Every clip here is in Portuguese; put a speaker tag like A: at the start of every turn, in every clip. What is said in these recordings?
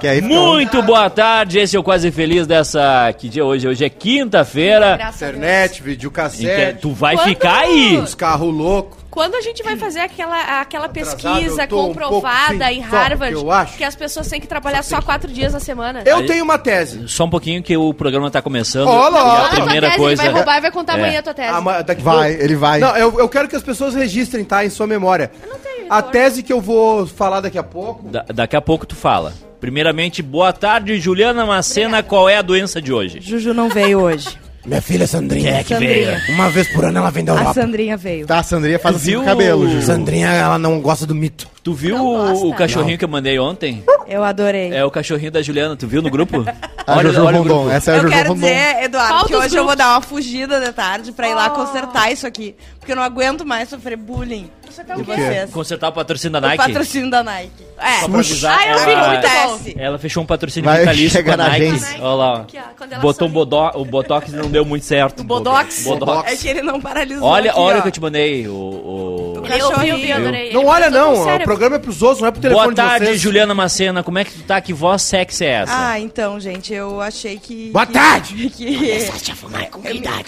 A: Que aí fica
B: um
C: Muito boa tarde, esse é o Quase Feliz dessa. Que dia é hoje? Hoje é quinta-feira.
A: um-
D: Graças a Deus.
A: Internet,
C: em que
A: videocassete,
C: Tu vai
D: Quando-
C: ficar aí.
A: os carros loucos.
D: Quando a gente vai fazer aquela, aquela
A: Atrasado,
D: pesquisa
A: eu tô um pouco,
D: comprovada
A: sim,
D: em
A: só
D: Harvard,
A: porque eu acho.
D: que as pessoas têm que trabalhar só quatro dias na semana?
A: Eu tenho uma tese.
C: Só um pouquinho que o programa tá começando.
A: Olha lá.
C: E
D: Fala
C: a
D: tua
C: primeira
D: tese,
C: coisa.
D: ele vai roubar e vai contar
C: É.
D: amanhã a tua tese.
A: Ah, mas daqui-
B: Vai, ele vai.
A: Não, eu, eu quero que as pessoas registrem, tá? Em sua memória.
D: Eu não tenho
A: A
D: retorno.
A: tese que eu vou falar daqui a pouco.
C: Da- daqui a pouco tu fala. Primeiramente, boa tarde, Juliana Macena. Qual é a doença de hoje?
E: Juju não veio hoje.
B: Minha filha
C: É
F: é
B: Sandrinha.
E: que veio?
B: Uma vez por ano ela vem da
E: A
B: Europa.
E: Sandrinha veio.
B: Tá, a Sandrinha faz
C: Tu
B: assim com
C: viu?
B: o cabelo, Juju.
C: Sandrinha,
B: Sandrinha, ela não gosta do mito.
C: Tu viu
D: Não Uh! gosta.
C: o, o cachorrinho que eu mandei ontem?
E: Eu adorei.
C: É o cachorrinho da Juliana. Tu viu no grupo?
B: A Juju Rondon. Essa é a
F: Eu
B: Juju
F: quero
B: Rondon.
F: dizer, Eduardo,
D: Qual
F: que
D: dos
F: hoje eu
D: grupos?
F: vou
D: Oh.
F: dar uma fugida de tarde pra ir lá consertar isso aqui. Porque eu não aguento mais sofrer bullying de vocês.
C: Consertar o patrocínio da
F: O
C: Nike.
F: patrocínio da Nike. É,
C: Só pra avisar,
D: Ah, eu vi,
C: ela,
D: muito
F: acontece.
C: ela fechou um patrocínio
B: Vai
C: vitalício com
B: chegar
C: a
B: na
C: Nike.
B: agência.
C: Olha lá.
D: Que, ah, quando ela
C: Botou um
D: sorri.
C: bodó, o Botox e não deu muito certo.
F: Bodox?
C: Bodox.
F: É que ele não paralisou.
C: Olha,
F: aqui,
C: olha
F: ó.
C: o que eu te mandei. O, o-
D: Eu vi, eu vi, eu
C: Viu?
D: adorei.
A: Não
D: Ele
A: olha,
D: botou no
A: não. O
D: cérebro.
A: programa é pros outros, não é pro telefone
C: Boa tarde,
A: de vocês.
C: Juliana Macena. Como é que tu tá? Que voz sexy é essa?
F: Ah, então, gente, eu achei que.
B: Boa
F: que-
B: tarde!
F: que-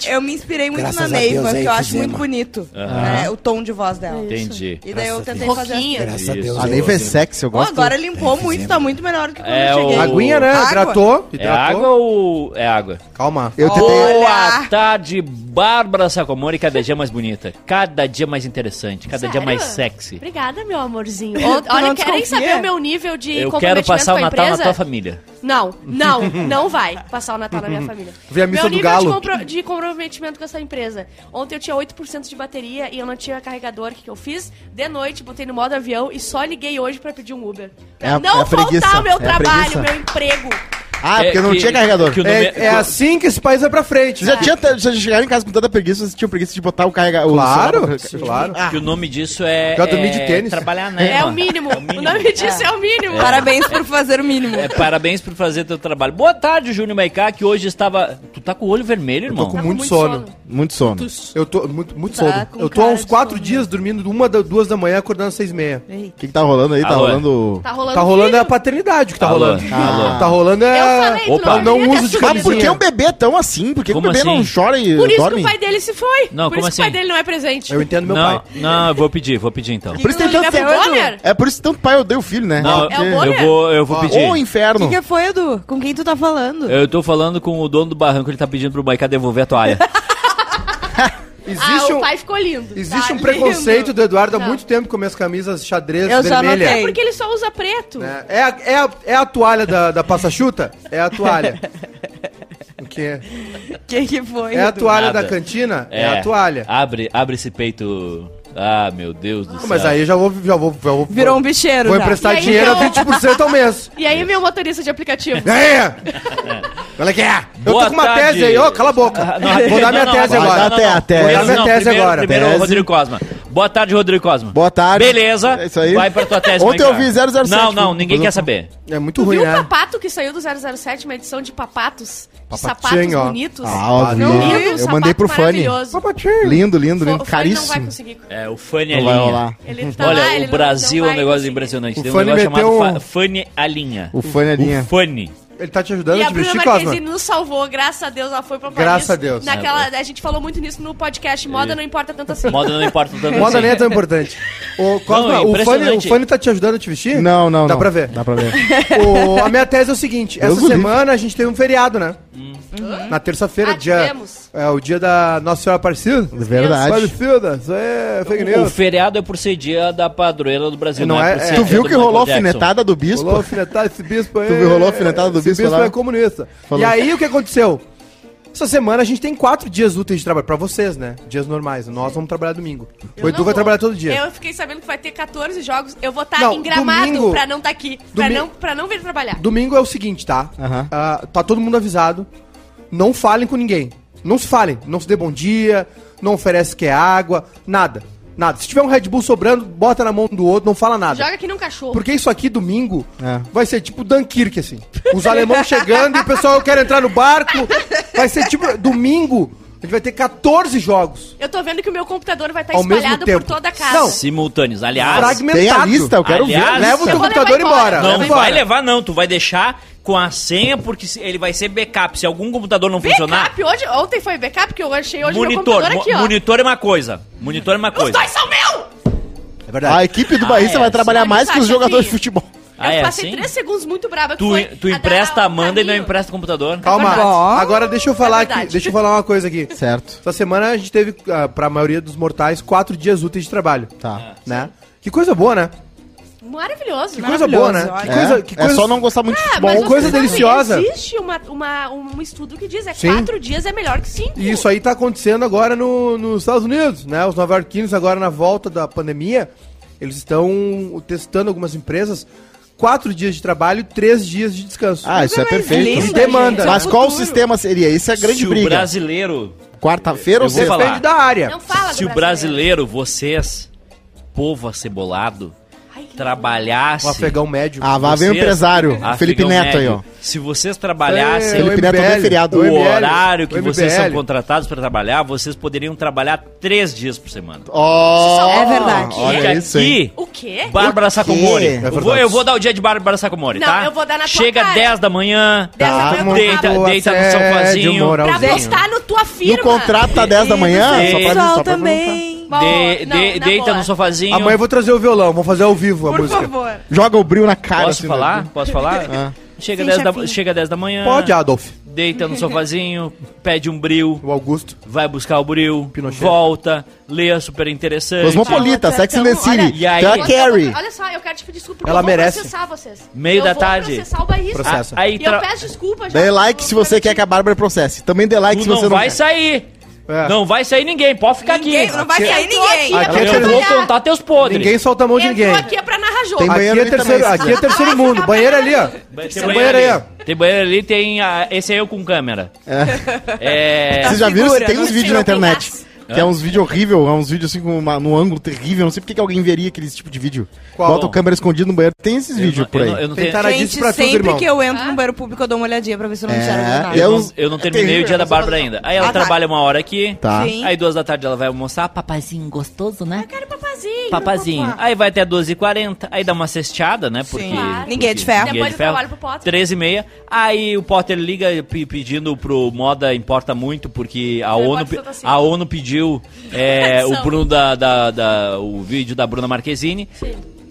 F: eu, me inspirei muito
B: Graças
F: na
B: a Deus,
F: Neiva,
B: é
F: que eu acho
B: efizema.
F: muito bonito né, o tom de voz dela.
C: Entendi.
F: E daí eu tentei fazer.
D: Roquinho.
F: assim.
B: Graças a Deus.
C: Isso.
B: A Neiva é sexy, eu
F: Ó,
B: gosto.
F: agora limpou muito, tá muito melhor do que quando
C: É
F: eu cheguei.
C: o-
A: Aguinha, né?
F: Água?
A: Hidratou.
C: É água ou é água?
A: Calma.
B: Eu tentei...
C: Boa tarde, Bárbara Sacomori. Cada dia mais bonita. Cada dia mais interessante. Cada dia
D: Sério?
C: mais sexy.
D: Obrigada, meu amorzinho.
F: Tu
D: Olha,
F: não
D: querem
F: desconfia?
D: saber o meu nível de
C: Eu quero
D: comprometimento
C: passar o
D: com a
C: Natal na
D: empresa?
C: tua família.
D: Não, não, não vai passar o Natal na minha família.
A: Vê Uhum. a missa
D: Meu
A: do
D: nível
A: galo.
D: De, compro- de comprometimento com essa empresa. Ontem eu tinha 8% de bateria e eu não tinha carregador. O que, que eu fiz? De noite, botei no modo avião e só liguei hoje pra pedir um Uber. Pra
B: É a-
D: não
B: é a preguiça,
D: faltar o meu
B: é a
D: trabalho,
B: preguiça.
D: meu emprego.
B: Ah, porque
C: É
B: não
C: que-
B: tinha carregador.
C: que o
B: Vocês
C: nome-
A: É, é assim que esse país vai pra frente.
B: já, tinha, vocês já chegaram em casa com tanta preguiça, vocês tinham preguiça de botar o carregador.
A: Claro, claro.
C: Que o nome disso é.
A: Já dormi
C: é
A: de tênis.
C: Trabalhar na
D: É,
C: Ema.
D: o mínimo.
C: É o
D: O nome disso é, o mínimo.
F: Parabéns por fazer o mínimo.
C: É, parabéns por fazer teu trabalho. Boa tarde, Júnior Maicá, que hoje estava. Tu tá com o olho vermelho, irmão?
A: com
D: Tava
A: muito sono.
B: Muito sono.
A: Eu tô muito, muito
F: Tá
A: sono.
F: com
A: Eu tô há
F: cara
A: uns
F: de
A: quatro
F: sono.
A: dias dormindo uma, da- duas da manhã, acordando às seis e meia.
B: O que, que tá rolando aí? Tá
C: Alô?
B: rolando...
D: Tá rolando
A: Tá rolando é
D: filho?
A: a paternidade que tá
C: Alô?
A: rolando.
B: Alô?
A: Tá rolando é...
D: Eu falei, tu
C: Opa.
D: não,
A: Não
D: devia ter
A: uso de
B: Mas por
D: assumido.
B: que um bebê é tão assim? Por que, que o
C: Como
B: bebê
C: assim?
B: não chora e
D: Por isso que
B: dorme?
D: o pai dele se foi.
C: Não,
D: por
C: como
D: isso que o pai
C: assim?
D: dele não é presente.
A: Eu entendo meu
C: não,
A: pai.
C: não, eu vou pedir, vou pedir então.
F: Que
B: Por isso
F: que
B: tem
F: não
B: tanto
F: liga pro
B: tempo.
F: Bonner?
B: É por isso que tanto pai odeia o um filho, né?
C: Não,
D: É
C: eu-
D: o
C: eu
D: Bonner?
C: vou, eu vou
B: Ô,
C: pedir.
B: inferno.
D: é
F: O que, que foi, Edu? Com quem tu tá falando?
C: Eu tô falando com o dono do barranco, ele tá pedindo pro Maicá devolver a toalha.
A: Existe
D: ah,
A: um,
D: o pai ficou lindo.
A: existe
D: Tá
A: um
D: lindo.
A: preconceito do Eduardo há
D: Não.
A: muito tempo com minhas camisas xadrez
F: Eu já
A: vermelha.
F: anotei.
D: Porque ele só usa preto.
A: É, é, a, é, a, é a toalha da, da passa-chuta? É a toalha. O que é?
F: O que, que foi?
A: É a
F: Edu?
A: toalha
C: Nada. Ah,
A: da cantina? É, a toalha.
C: Abre, abre esse peito. Ah, meu Deus do
A: Ah,
C: céu.
A: mas aí eu já vou, já vou, já vou
F: Virou um bicheiro
A: Vou
F: já.
A: emprestar
D: E aí,
A: dinheiro
D: então?
A: a 20% ao mês.
D: E aí, meu motorista de aplicativo.
A: É! Olha que é! Eu
C: Boa
A: tô com uma
C: tarde.
A: tese aí, ó, cala a boca.
C: Ah,
A: Vou dar
C: não,
A: minha
C: não,
A: tese
C: não,
A: agora.
C: não, não, não.
B: a tese.
C: Primeiro-
B: Vou dar
A: minha tese
C: primeiro-
A: agora.
C: Primeiro,
B: Tese.
C: Rodrigo Cosma. Boa tarde, Rodrigo Cosma.
B: Boa tarde.
C: Beleza.
B: É isso aí.
C: Vai pra tua tese,
B: Ontem eu
C: Maicá.
B: vi 007.
C: Não, não, ninguém
B: Mas eu-
C: quer saber.
A: É muito
D: Tu
A: ruim,
D: viu o
A: né?
D: papato que saiu do 007, uma edição de papatos? De sapatos
A: Papatinho, ó.
D: bonitos?
B: Ah, ó,
D: não
B: vi.
D: lindo, um
B: Eu
D: sapato
B: mandei pro Fanny.
D: maravilhoso.
B: Lindo, lindo, lindo.
D: Fo- o Fanny não vai
B: Caríssimo.
D: conseguir.
C: É, o
B: Não
C: Fanny é
B: vai
C: linha.
B: rolar.
D: Ele tá lá,
C: Olha,
D: ele
C: o
D: não-
C: Brasil
D: não
C: é um
D: vai
C: negócio
D: conseguir.
C: impressionante.
A: O
C: Tem um
A: Fanny
C: negócio chamado
A: meteu um-
C: fa- Fanny Alinha.
B: O fã é linha.
C: O Fanny.
A: Ele tá te ajudando
D: E a
A: a te
D: Bruna
A: vestir, Cosma?
D: Marquezine nos salvou, graças a Deus, ela foi pra Paris.
A: Graças a Deus.
D: Naquela, a gente falou muito nisso no podcast, moda não importa tanto assim.
C: É, Moda não importa tanto
A: Moda
C: assim.
A: nem é tão importante. Ô, Cosma,
C: Não, é
A: o, Fanny, o
C: impressionante.
A: Fanny tá te ajudando a te vestir?
B: Não, não,
A: Dá
B: não.
A: pra ver.
B: Dá pra ver.
A: O- a minha tese é o seguinte:
B: Deus
A: essa
B: o livre.
A: semana a gente teve um feriado, né? Na terça-feira,
D: Hum. Ah,
A: dia.
D: tivemos.
A: É o dia da Nossa Senhora Aparecida.
B: Verdade.
A: Aparecida, isso aí é fake
C: O, o
A: news.
C: feriado é por ser dia da padroeira do Brasil.
A: Não é-
C: por ser
A: é-
B: Tu
C: dia
B: viu
C: do
B: que rolou a
C: Michael Jackson.
B: alfinetada do bispo?
A: Rolou alfinetada, esse bispo aí.
B: Tu viu, rolou alfinetada do
A: esse
B: bispo
A: bispo
B: lá?
A: é comunista.
B: Falou.
A: E aí, o que aconteceu? Essa semana a gente tem quatro dias úteis de trabalho pra vocês, né? Dias normais. Nós vamos trabalhar domingo.
D: Eu não
A: o Edu vai
D: vou. É,
A: trabalhar todo dia.
D: Eu fiquei sabendo que vai ter 14 jogos. Eu vou estar
A: Não,
D: em gramado
A: domingo-
D: pra não estar aqui. Pra
A: domi-
D: não, pra não vir trabalhar.
A: Domingo é o seguinte, tá?
B: Aham.
A: Ah, tá todo mundo avisado. Não falem com ninguém. Não se falem. Não se dê bom dia. Não oferece que é água. Nada. Nada. Se tiver um Red Bull sobrando, bota na mão um do outro. Não fala nada.
D: Joga aqui num cachorro.
A: Porque isso aqui, domingo,
B: É.
A: vai ser tipo Dunkirk, assim. Os alemães chegando e o pessoal quer entrar no barco. Vai ser tipo... Domingo A gente vai ter 14 jogos.
D: Eu tô vendo que o meu computador vai estar
A: Ao mesmo
D: espalhado
A: tempo.
D: por toda a casa.
A: Não.
C: Simultâneos. Aliás,
A: Fragmentado.
B: Tem a lista, eu quero
C: Aliás,
B: ver.
A: Leva o teu
D: Vou levar
A: computador
D: embora.
A: embora.
C: Não
A: leva
C: vai
A: embora.
C: levar, não. Tu vai deixar com a senha, porque se- ele vai ser backup. Se algum computador não funcionar.
D: Backup hoje, ontem foi backup que eu achei hoje
C: monitor.
D: meu computador aqui,
C: mo-
D: ó.
C: Monitor é uma coisa. Monitor é uma
D: Os
C: coisa.
D: dois são meu!
A: É verdade.
B: A equipe do
C: Ah,
B: Bahia
C: é,
B: vai trabalhar
D: sim.
B: mais que os
D: Sabe,
B: jogadores de
D: assim,
B: futebol.
C: Ah,
D: eu
C: é
D: passei
C: assim?
D: três segundos muito brava. que
C: Tu,
D: foi
C: tu
D: a
C: empresta
D: da-
C: a Amanda e não
D: Caminho.
C: empresta o computador.
A: Calma.
E: Verdade.
A: Agora deixa eu falar
D: É
A: aqui.
D: verdade.
A: Deixa eu falar uma coisa aqui.
B: Certo.
A: Essa semana a gente teve, ah, pra maioria dos mortais, quatro dias úteis de trabalho.
B: Tá.
A: Né? Que coisa boa, né?
D: Maravilhoso.
A: Que coisa boa, né? Que
E: olha.
B: É,
A: coisa, que
B: é
A: coisa...
B: só não gostar muito de
D: Ah,
B: futebol.
D: mas
A: coisa
D: vocês sabem,
A: deliciosa.
D: Existe uma, uma- um estudo que diz é
A: Sim.
D: quatro dias é melhor que cinco.
A: E isso aí tá acontecendo agora no- nos Estados Unidos, né? Os nova-iorquinos agora na volta da pandemia, eles estão testando algumas empresas, quatro dias de trabalho, três dias de descanso.
B: Ah, isso é perfeito.
A: lindo, demanda.
B: Mas qual o
D: futuro.
B: sistema seria? Isso é a grande
C: Se o
B: briga.
C: brasileiro.
B: Quarta-feira ou
C: Eu vou
B: sexta?
C: falar.
A: Depende da área.
D: Não fala
C: se
D: do
C: o brasileiro, vocês, povo acebolado,
D: Ai, que
C: trabalhasse.
A: O afegão médio.
B: Ah, vai ver o
C: Vocês-
B: empresário,
C: afegão
B: Felipe Neto aí, ó.
C: médio, Se vocês trabalhassem.
A: É,
B: Felipe
A: o
B: Neto
A: MBL,
B: é feriado.
A: o
C: o
A: MBL,
C: horário que
A: o
C: vocês
A: MBL.
C: são contratados para trabalhar, vocês poderiam trabalhar três dias por semana.
B: Ó,
E: É verdade.
B: Olha
C: Gente,
B: isso, hein?
C: aqui,
D: O quê?
C: Bárbara Sacomori.
B: É
C: eu, vou,
A: verdade.
C: eu vou dar o dia de Bárbara Sacomori,
D: Não,
C: tá?
D: eu vou dar na tua
C: Chega
D: cara.
C: 10 da manhã,
D: Dez da manhã eu
C: deita,
D: tava.
C: deita no
A: Assédio
C: sofazinho,
A: moral.
D: Pra
A: Leozinho.
D: postar no tua firma.
B: No contrato tá 10 da manhã?
C: E-
B: Só pra,
E: Pessoal
B: só pra perguntar.
E: também.
D: Bom,
C: de-
D: não,
C: de-
D: na
C: deita
D: boa.
C: no sofazinho.
A: Amanhã eu vou trazer o violão, vamos fazer ao vivo a
F: Por
A: música.
F: favor.
B: Joga o bril na cara.
C: Posso
B: assim,
C: falar?
B: né?
C: Posso falar?
B: Ah.
C: Chega,
E: Sim,
C: 10 da,
E: chefinho.
C: chega 10 da manhã,
A: Pode, ah. Adolf.
C: deita no sofazinho, pede um bril,
A: O Augusto.
C: vai buscar o bril,
A: Pinochet.
C: volta, lê é super interessante.
B: Cosmopolita,
E: Fala,
B: Sex and
E: então,
B: the City.
C: olha, e aí-
B: Tem a
D: Olha,
B: Carrie.
D: eu- Olha só, eu quero te pedir desculpa. porque
A: Ela
D: eu vou
A: merece.
D: processar vocês.
C: Meio
D: eu
C: da
D: vou
C: tarde.
D: processar o bairrista.
A: Processo.
C: A- Ah, aí
D: E eu
C: tra-
D: peço desculpa. já,
B: Dê like
D: eu
B: se você
D: prometi.
B: quer que a Bárbara processe. Também dê like
C: Tu
B: se
C: não
B: você não,
C: vai
B: quer.
C: sair.
A: É.
C: Não vai sair ninguém, pode ficar
F: Ninguém,
C: aqui.
F: não vai
A: Aqui-
F: cair ninguém.
A: Aqui é
C: Eu
A: ter-
C: vou contar teus podres.
A: Ninguém solta a mão de
D: Eu
A: ninguém.
D: tô aqui é pra narrar jogo.
B: Tem
A: Aqui
B: banheiro
A: é
B: ali
A: terceiro,
B: também,
A: aqui é
B: sim.
A: terceiro mundo. Banheiro ali, ó. Tem banheiro aí, ó.
C: Tem banheiro ali, tem a- esse aí eu com câmera. É.
B: Vocês já viram?
F: Segura,
B: Tem
F: não
B: uns
F: se
B: vídeos na
F: segura,
B: internet.
F: Pilates.
B: Que é uns vídeos horríveis, é uns vídeos assim com uma, num ângulo terrível. Não sei porque que alguém veria aquele tipo de vídeo.
A: Qual?
B: Bota o câmera escondido no banheiro. Tem esses
C: Eu não-
B: vídeos por
C: eu
B: aí.
C: não- Eu não
A: Tem
C: tenho-
A: taradice
F: Gente,
A: pra tudo,
F: sempre
A: irmão.
F: que eu entro no banheiro público, eu dou uma olhadinha pra ver se eu não enxergo nada.
B: É,
C: eu
B: uns-
C: não- eu não
B: é
C: terminei o
B: terrível,
C: dia da
B: é um-
C: Bárbara ainda. Aí ela
F: Ah, tá.
C: trabalha uma hora aqui.
B: Tá.
F: Sim.
C: Aí duas da tarde ela vai almoçar, papazinho gostoso, né?
D: Quero papazinho.
C: Papazinho. Aí vai até 12h40, aí dá uma cesteada, né? Porque.
F: Sim.
C: porque
F: Ninguém é de ferro.
C: Ninguém é
D: Depois
C: de
D: eu
C: ferro.
D: trabalho pro Potter.
C: 13h30. Aí o Potter liga pe- pedindo pro Moda Importa Muito, porque a,
D: Eu
C: ONU,
D: boto
C: pe-
D: Santa Cecília.
C: a ONU pediu é, o
D: Edição.
C: Bruno da, da- da- o vídeo da Bruna Marquezine.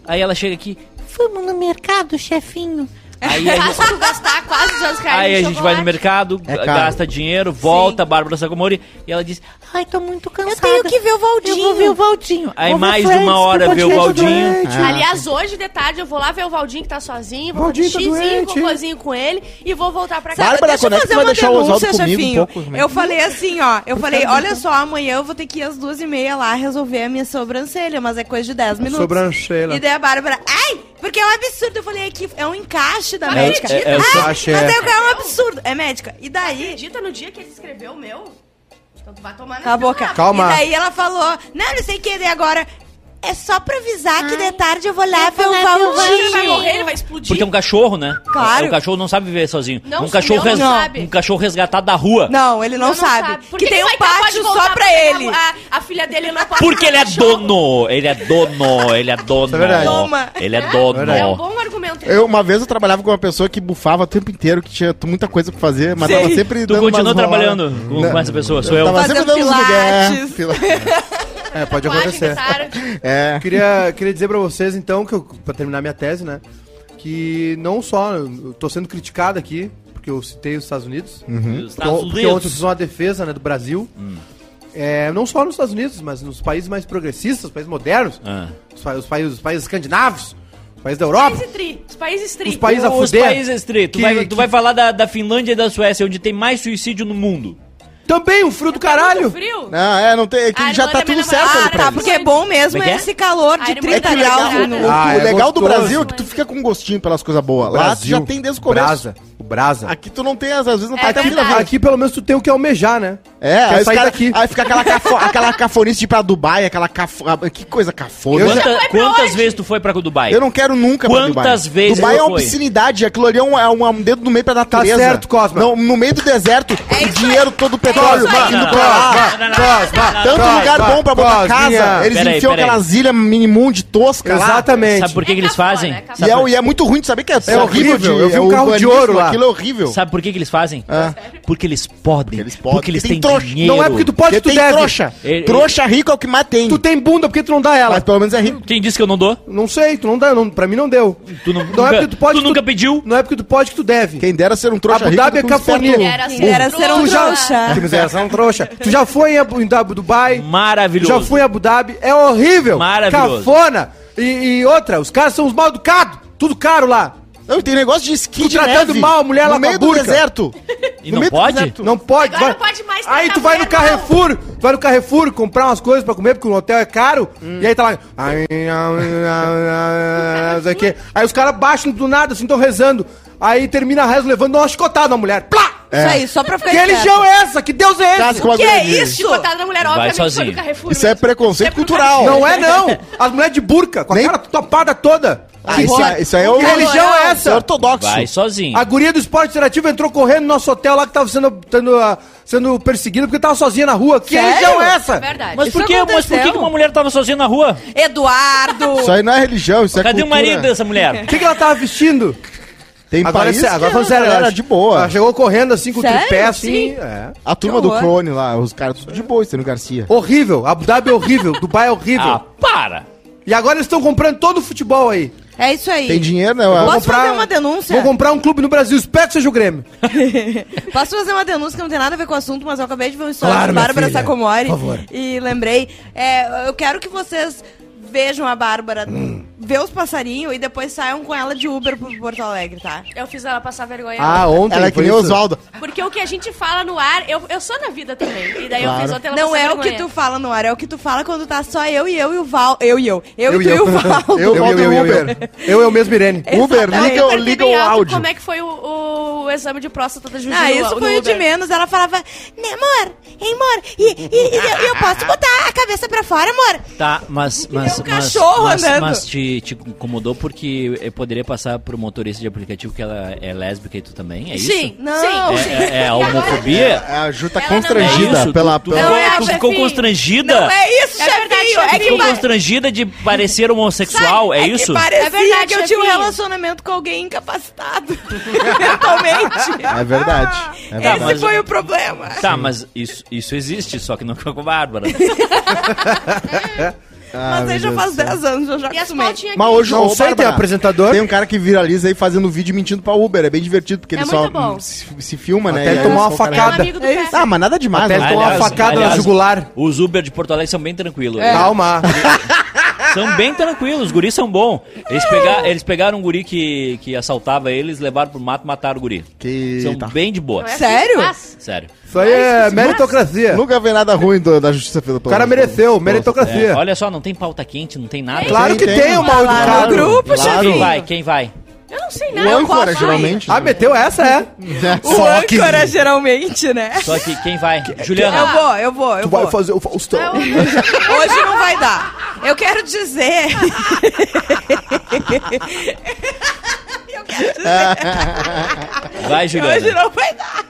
C: Aí ela chega aqui.
G: Vamos no mercado, chefinho.
C: Aí a gente-
D: Faço tu gastar quase 200 reais
C: Aí
D: em
C: a gente vai no
D: chocolate.
C: mercado,
B: É caro.
C: gasta dinheiro, volta, Bárbara Sacomori, e ela diz.
G: Ai, tô muito cansada.
E: tenho que ver o Valdinho.
G: Eu vou ver o Valdinho.
C: Aí
G: Vou ver
C: mais
G: Friends,
C: uma hora
G: vou
C: vê o
G: tirar
C: Valdinho.
B: Ah.
D: Aliás, hoje de tarde eu vou lá ver o Valdinho que tá sozinho, vou
A: Valdinho
D: fazer
A: tá
D: xizinho,
A: doente.
D: cocôzinho com ele e vou voltar pra casa.
B: Bárbara,
F: Deixa eu
B: quando é que
F: fazer
B: tu vai
F: uma
B: deixar o Oswaldo
F: denúncia,
B: comigo um
F: chefinho.
B: pouco? Como é que-
F: Eu falei assim, ó. Eu falei, olha só, amanhã eu vou ter que ir às duas e meia lá resolver a minha sobrancelha, mas é coisa de 10 minutos.
A: Sobrancelha.
F: E daí a Bárbara, ai, porque é um absurdo. Eu falei, aqui é um encaixe da
C: É,
F: médica.
C: é, é, é o
F: ai,
A: encaixe,
F: mas
A: é.
F: é. é um absurdo. É médica. E daí...
D: Acredita no dia que ele escreveu o meu? Então tu vai tomar
F: Cala a boca.
D: Calma.
A: Calma.
F: E daí ela falou, não, não sei o que, daí agora... É só pra avisar que de tarde eu vou lá
G: eu
F: ver
G: vou
F: o
G: lá ver o
D: Ele vai
F: Valdinho.
D: morrer, ele vai explodir.
C: Porque é um cachorro, né?
F: Claro.
C: É, O cachorro não sabe viver sozinho.
D: Não,
C: um cachorro
D: não, não
C: res-
D: sabe.
C: Um cachorro resgatado da rua.
F: Não, ele não,
D: Não, não
F: sabe.
D: Por
F: Que, tem
D: ele
F: um
D: vai capaz de
F: pátio só
D: tá voltar
F: pra
D: pegar
F: ele.
D: A, a filha dele não pode
C: Porque ele é
D: pegar cachorro?
C: dono. Ele é dono. Ele é dono.
A: verdade.
F: Toma.
C: Ele é
D: É um
C: dono.
D: bom argumento.
B: Eu, uma vez eu trabalhava com uma pessoa que bufava o tempo inteiro, que tinha t- muita coisa pra fazer, mas tava sempre
C: Tu
B: dando
C: continua
B: umas rolas.
C: trabalhando com, com
B: Não.
C: essa pessoa, sou eu.
B: Tava
F: Fazendo
B: sempre dando uns migué.
F: pilates.
B: Pila-
A: É, pode
D: Tatuagem,
A: acontecer.
D: cara.
B: É.
A: Eu queria, queria dizer pra vocês, então, que eu, pra terminar minha tese, né? Que não só eu tô sendo criticado aqui, porque eu citei os Estados Unidos.
C: Dos
A: Porque,
C: Estados
A: porque ontem
C: Unidos. Hum.
A: fiz uma defesa né, do Brasil. É, não só nos Estados Unidos, mas nos países mais progressistas, os países modernos,
C: Ah.
A: os, pa- os países, os países escandinavos, os países da
D: Os
A: Europa.
D: países tri. Os países tri.
A: Os países a
C: Os
A: fuder.
C: países tri. Tu,
A: Que-
C: vai, tu
A: que-
C: vai falar da, da Finlândia e da Suécia, onde tem mais suicídio no mundo.
A: Também um frio do
D: Tá Muito
A: caralho!
D: frio.
B: Não, é, não tem. é que
D: Ah,
B: já
D: irmã
B: tá
D: da minha
B: tudo certo
D: namorada,
B: ali pra
F: Tá,
B: eles.
F: porque é bom mesmo
C: Como é que é?
F: esse calor de
D: Ai,
F: 30
D: é que
F: graus.
D: legal,
F: no-
B: O,
A: Ah,
B: o
A: é
B: legal do
A: gostoso.
B: Brasil é que tu fica com um gostinho pelas coisas boas. Lá tu já tem desde o começo.
A: Brasa. O brasa.
B: Aqui tu não tem, às vezes não
D: É
B: tá aqui na
D: verdade.
B: vida.
A: Aqui pelo menos tu tem o que almejar, né?
B: É,
A: Quer
B: aí, os
A: sair
B: cara,
A: daqui.
B: aí fica aquela, cafo, aquela cafonice de ir pra Dubai, aquela cafona. Que coisa cafona.
A: Eu
B: Eu,
A: já-
C: Quanta-
D: foi pra
C: quantas
D: onde?
C: vezes tu foi pra Dubai?
B: não quero nunca
C: Quantas vezes
B: Dubai
C: tu
B: é uma
C: foi?
B: obscenidade, aquilo ali é um, é um- é um dedo no meio pra natureza.
A: Tá certo, Cosma.
B: Não, no meio do deserto, o dinheiro todo o petróleo
D: isso É aí.
B: indo
C: Não,
B: pra lá.
C: não, não, não, não, não,
B: Tanto
C: não, não,
B: lugar
A: vai,
B: bom pra botar
A: Cosminha.
B: casa, eles
C: Peraí,
B: enfiam
C: peraí.
B: aquelas ilhas minimundo de tosca lá.
A: Exatamente.
C: Sabe por que,
D: É
C: que eles
D: cafona,
C: fazem?
D: é cafona.
B: E
C: Sabe,
B: é,
C: por-
B: e é muito ruim, sabe que é,
A: É horrível, eu vi um carro de
B: urbanismo,
A: ouro lá.
B: Aquilo é horrível.
C: sabe por que, que eles fazem?
B: Ah.
C: Porque eles podem. Porque
B: eles
C: eles,
B: podem. Tem
C: têm
B: trouxa.
C: dinheiro.
A: Não é porque tu pode,
B: Porque
A: tu
B: tem
A: deve.
B: trouxa.
C: Ele-
B: Trouxa rico é o que mais tem.
A: Tu tá tem bunda porque tu não dá ela.
B: Mas pelo menos é rico.
C: Quem disse que eu não dou?
A: Não sei, tu não dá, não, pra mim não deu.
C: Tu, não,
A: Não é
C: nunca,
A: porque tu pode,
C: tu
A: tu-
C: nunca pediu?
A: Não é porque tu pode que tu deve.
B: Quem dera ser um trouxa
A: Abu
B: rico.
A: Dhabi
B: do
A: é
B: que um esperto
A: cafonia.
B: burro.
D: Era ser
E: Era ser um
A: Tu já-
E: trouxa.
A: Que miséria, você é um trouxa. Tu já foi em Abu- em Abu- Dubai? Já
C: Maravilhoso.
A: fui em Abu Dhabi, é horrível.
C: Maravilhoso.
A: Cafona. E, e outra, os caras são os mal educados. Tudo caro lá.
B: Não, tem negócio de esqui
A: Tu
B: de
A: tratando
B: neve
A: mal a mulher
B: no
A: lá com a
B: meio do
A: burca.
B: deserto.
C: E
B: No
C: não
B: meio do
C: pode?
B: deserto.
A: Não pode.
D: Agora não pode mais
A: Aí
D: tratar
A: tu vai no
D: mulher
A: Carrefour, vai no Carrefour comprar umas coisas pra comer, porque o hotel é caro.
D: Hum.
A: E aí tá lá. ai, ai, ai, ai, não sei o quê. Aí os caras baixam do nada, assim, tão rezando. Aí termina a reza levando uma chicotada na mulher. Plá!
E: Isso aí, só pra ficar
A: Que religião é essa? Que Deus é esse?
B: Casa com a
E: Que
B: grande.
E: isso?
C: Tipo, tá-
D: Chicotada na mulher, obviamente,
C: sozinho.
D: foi no Carrefour.
B: Isso é
D: mesmo.
B: preconceito
D: É
B: cultural.
A: Não é, não. As mulheres de burca, com a
B: Nem-
A: cara topada toda.
B: Ah, isso, é, isso aí é o...
A: Que religião é
B: Isso é
A: essa?
B: ortodoxo.
C: Vai sozinho.
A: A guria do esporte interativo entrou correndo no nosso hotel lá que tava sendo, tendo, ah, sendo perseguida porque tava sozinha na rua. Que
E: Sério?
A: religião é
D: É
A: essa?
D: verdade.
C: Mas
E: Isso
C: por, que, mas por que
E: aconteceu.
C: que uma mulher tava sozinha na rua?
E: Eduardo!
B: Isso aí não é religião, isso é
C: Cadê o
B: cultura.
C: marido dessa mulher?
A: O que, que ela tava vestindo?
B: Tem
A: Agora, é
B: país
A: sé- agora
B: que
A: falando
B: a
A: sério,
B: galera
A: ela-
B: de boa.
A: Ela chegou correndo assim com
E: Sério?
A: o tripé assim.
E: Sim.
A: é.
B: A turma
E: Que
B: do
E: horror.
B: clone lá, os caras tudo de boa, Estênio Garcia.
A: Horrível. Abu Dhabi é horrível. Dubai é horrível.
C: Ah, para!
A: E agora eles estão comprando todo o futebol aí.
F: É isso aí.
B: Tem dinheiro, né?
A: Vou
F: Posso fazer uma denúncia?
A: Vou comprar um clube no Brasil. Espero que seja o Grêmio.
F: Posso fazer uma denúncia que não tem nada a ver com o assunto, mas eu acabei de ver um story
A: Claro,
F: de
A: minha
F: Bárbara
A: filha.
F: Sacomori.
A: Por favor.
F: E lembrei. É, eu quero que vocês vejam a Bárbara,
A: Hum.
F: vê os passarinhos e depois saiam com ela de Uber pro Porto Alegre, tá?
D: Eu fiz ela passar vergonha.
A: Ah, ontem.
B: Ela é que nem Oswaldo.
D: Porque o que a gente fala no ar, eu, eu sou na vida também. E daí Então eu fiz outra ela
F: não
D: passar
F: é o que
D: vergonha.
F: tu fala no ar, é o que tu fala quando tá só eu e eu e o Val. Eu e eu. Eu,
A: Eu
F: e
A: e
F: tu e o
A: eu.
F: Valdo.
A: Eu, eu, eu, eu, eu, eu. Eu, eu mesmo, Irene.
B: Uber,
F: Exatamente.
B: liga,
D: Percebi
B: Então liga
D: em
B: o
D: alto
B: áudio.
D: Como é que foi o, o- o exame de próstata da Jujina?
F: Ah, isso foi o de menos. Ela falava, né, amor? Hein, amor? E, e- e eu, eu posso botar a cabeça pra fora, amor?
C: Tá, mas. mas
F: um
C: mas-
F: cachorro
C: mas,
F: andando.
C: mas te, te incomodou porque eu poderia passar pro motorista de aplicativo que ela é lésbica e tu também? É isso?
D: Sim,
F: Não.
D: sim.
C: É, é- é a homofobia?
B: A Ju tá
D: Ela
C: É
B: constrangida
C: isso?
B: pela...
C: Tu, tu,
B: pela-
D: Não é,
C: tu ficou
D: chefinho.
C: constrangida?
F: Não é isso,
D: É
F: chefinho.
D: verdade,
F: é
D: chefinho.
F: que
C: Ficou
F: vai-
C: constrangida de parecer homossexual? é isso?
F: parecia
D: É verdade,
F: que eu tinha um
D: chefinho.
F: relacionamento com alguém incapacitado mentalmente.
B: É
D: Ah,
B: verdade. É
F: Esse
B: verdade.
C: mas-
F: foi o problema.
C: Tá, mas isso, isso existe, só que não com a Bárbara.
B: Ah,
F: Mas
B: meu
F: aí já
B: Deus
F: faz
B: do céu.
F: 10 anos, eu já
D: E assim, as
F: acostumei.
D: fotinhas
B: Mas hoje
A: Não
B: ô,
A: sei, tem
B: Bárbara,
A: apresentador.
B: Tem um cara que viraliza aí fazendo vídeo mentindo pra Uber. É bem divertido, porque
D: É
B: ele
D: muito
B: só
D: bom.
B: se, se filma, né?
A: Até ele
B: e aí
A: tomar
B: eles
A: uma
B: colocam-
D: é um
A: facada.
D: amigo do pé.
B: Ah, mas nada demais.
A: Até ele
B: né?
A: tomar uma
C: Aliás,
A: facada na
C: aliás,
A: jugular. É.
C: Os Uber de Porto Alegre são bem tranquilos. né?
A: Calma.
C: São bem tranquilos, os guris são bons. Eles, pega- eles pegaram um guri que, que assaltava eles, levaram pro mato e mataram o guri.
B: Que...
C: São
B: tá.
C: bem de boa.
D: Não é assim que
F: Sério?
D: faz.
C: Sério.
A: Isso aí é meritocracia. O
B: Nunca vê nada ruim do- da justiça pelo
A: cara mereceu, meritocracia.
C: É, olha só, não tem pauta quente, não tem nada.
A: Claro que
B: Tem,
A: tem,
B: tem.
A: o mal
F: Lá no
A: educado.
F: grupo,
B: Claro.
C: Quem
F: chefinho.
C: vai? Quem vai?
D: Eu não sei
B: O
D: nada. eu
B: âncora,
D: posso-
B: geralmente. né?
A: Ah, meteu essa, é?
F: O âncora,
D: é
F: geralmente, né?
C: Só que quem vai?
D: Tá.
F: Eu
C: Juliana.
F: Ah, vou, eu vou, eu vou.
A: fazer o Faustão.
F: Hoje não vai dar. Eu quero dizer... eu quero dizer
C: Vai,
F: que hoje
C: Juliana.
F: não vai dar.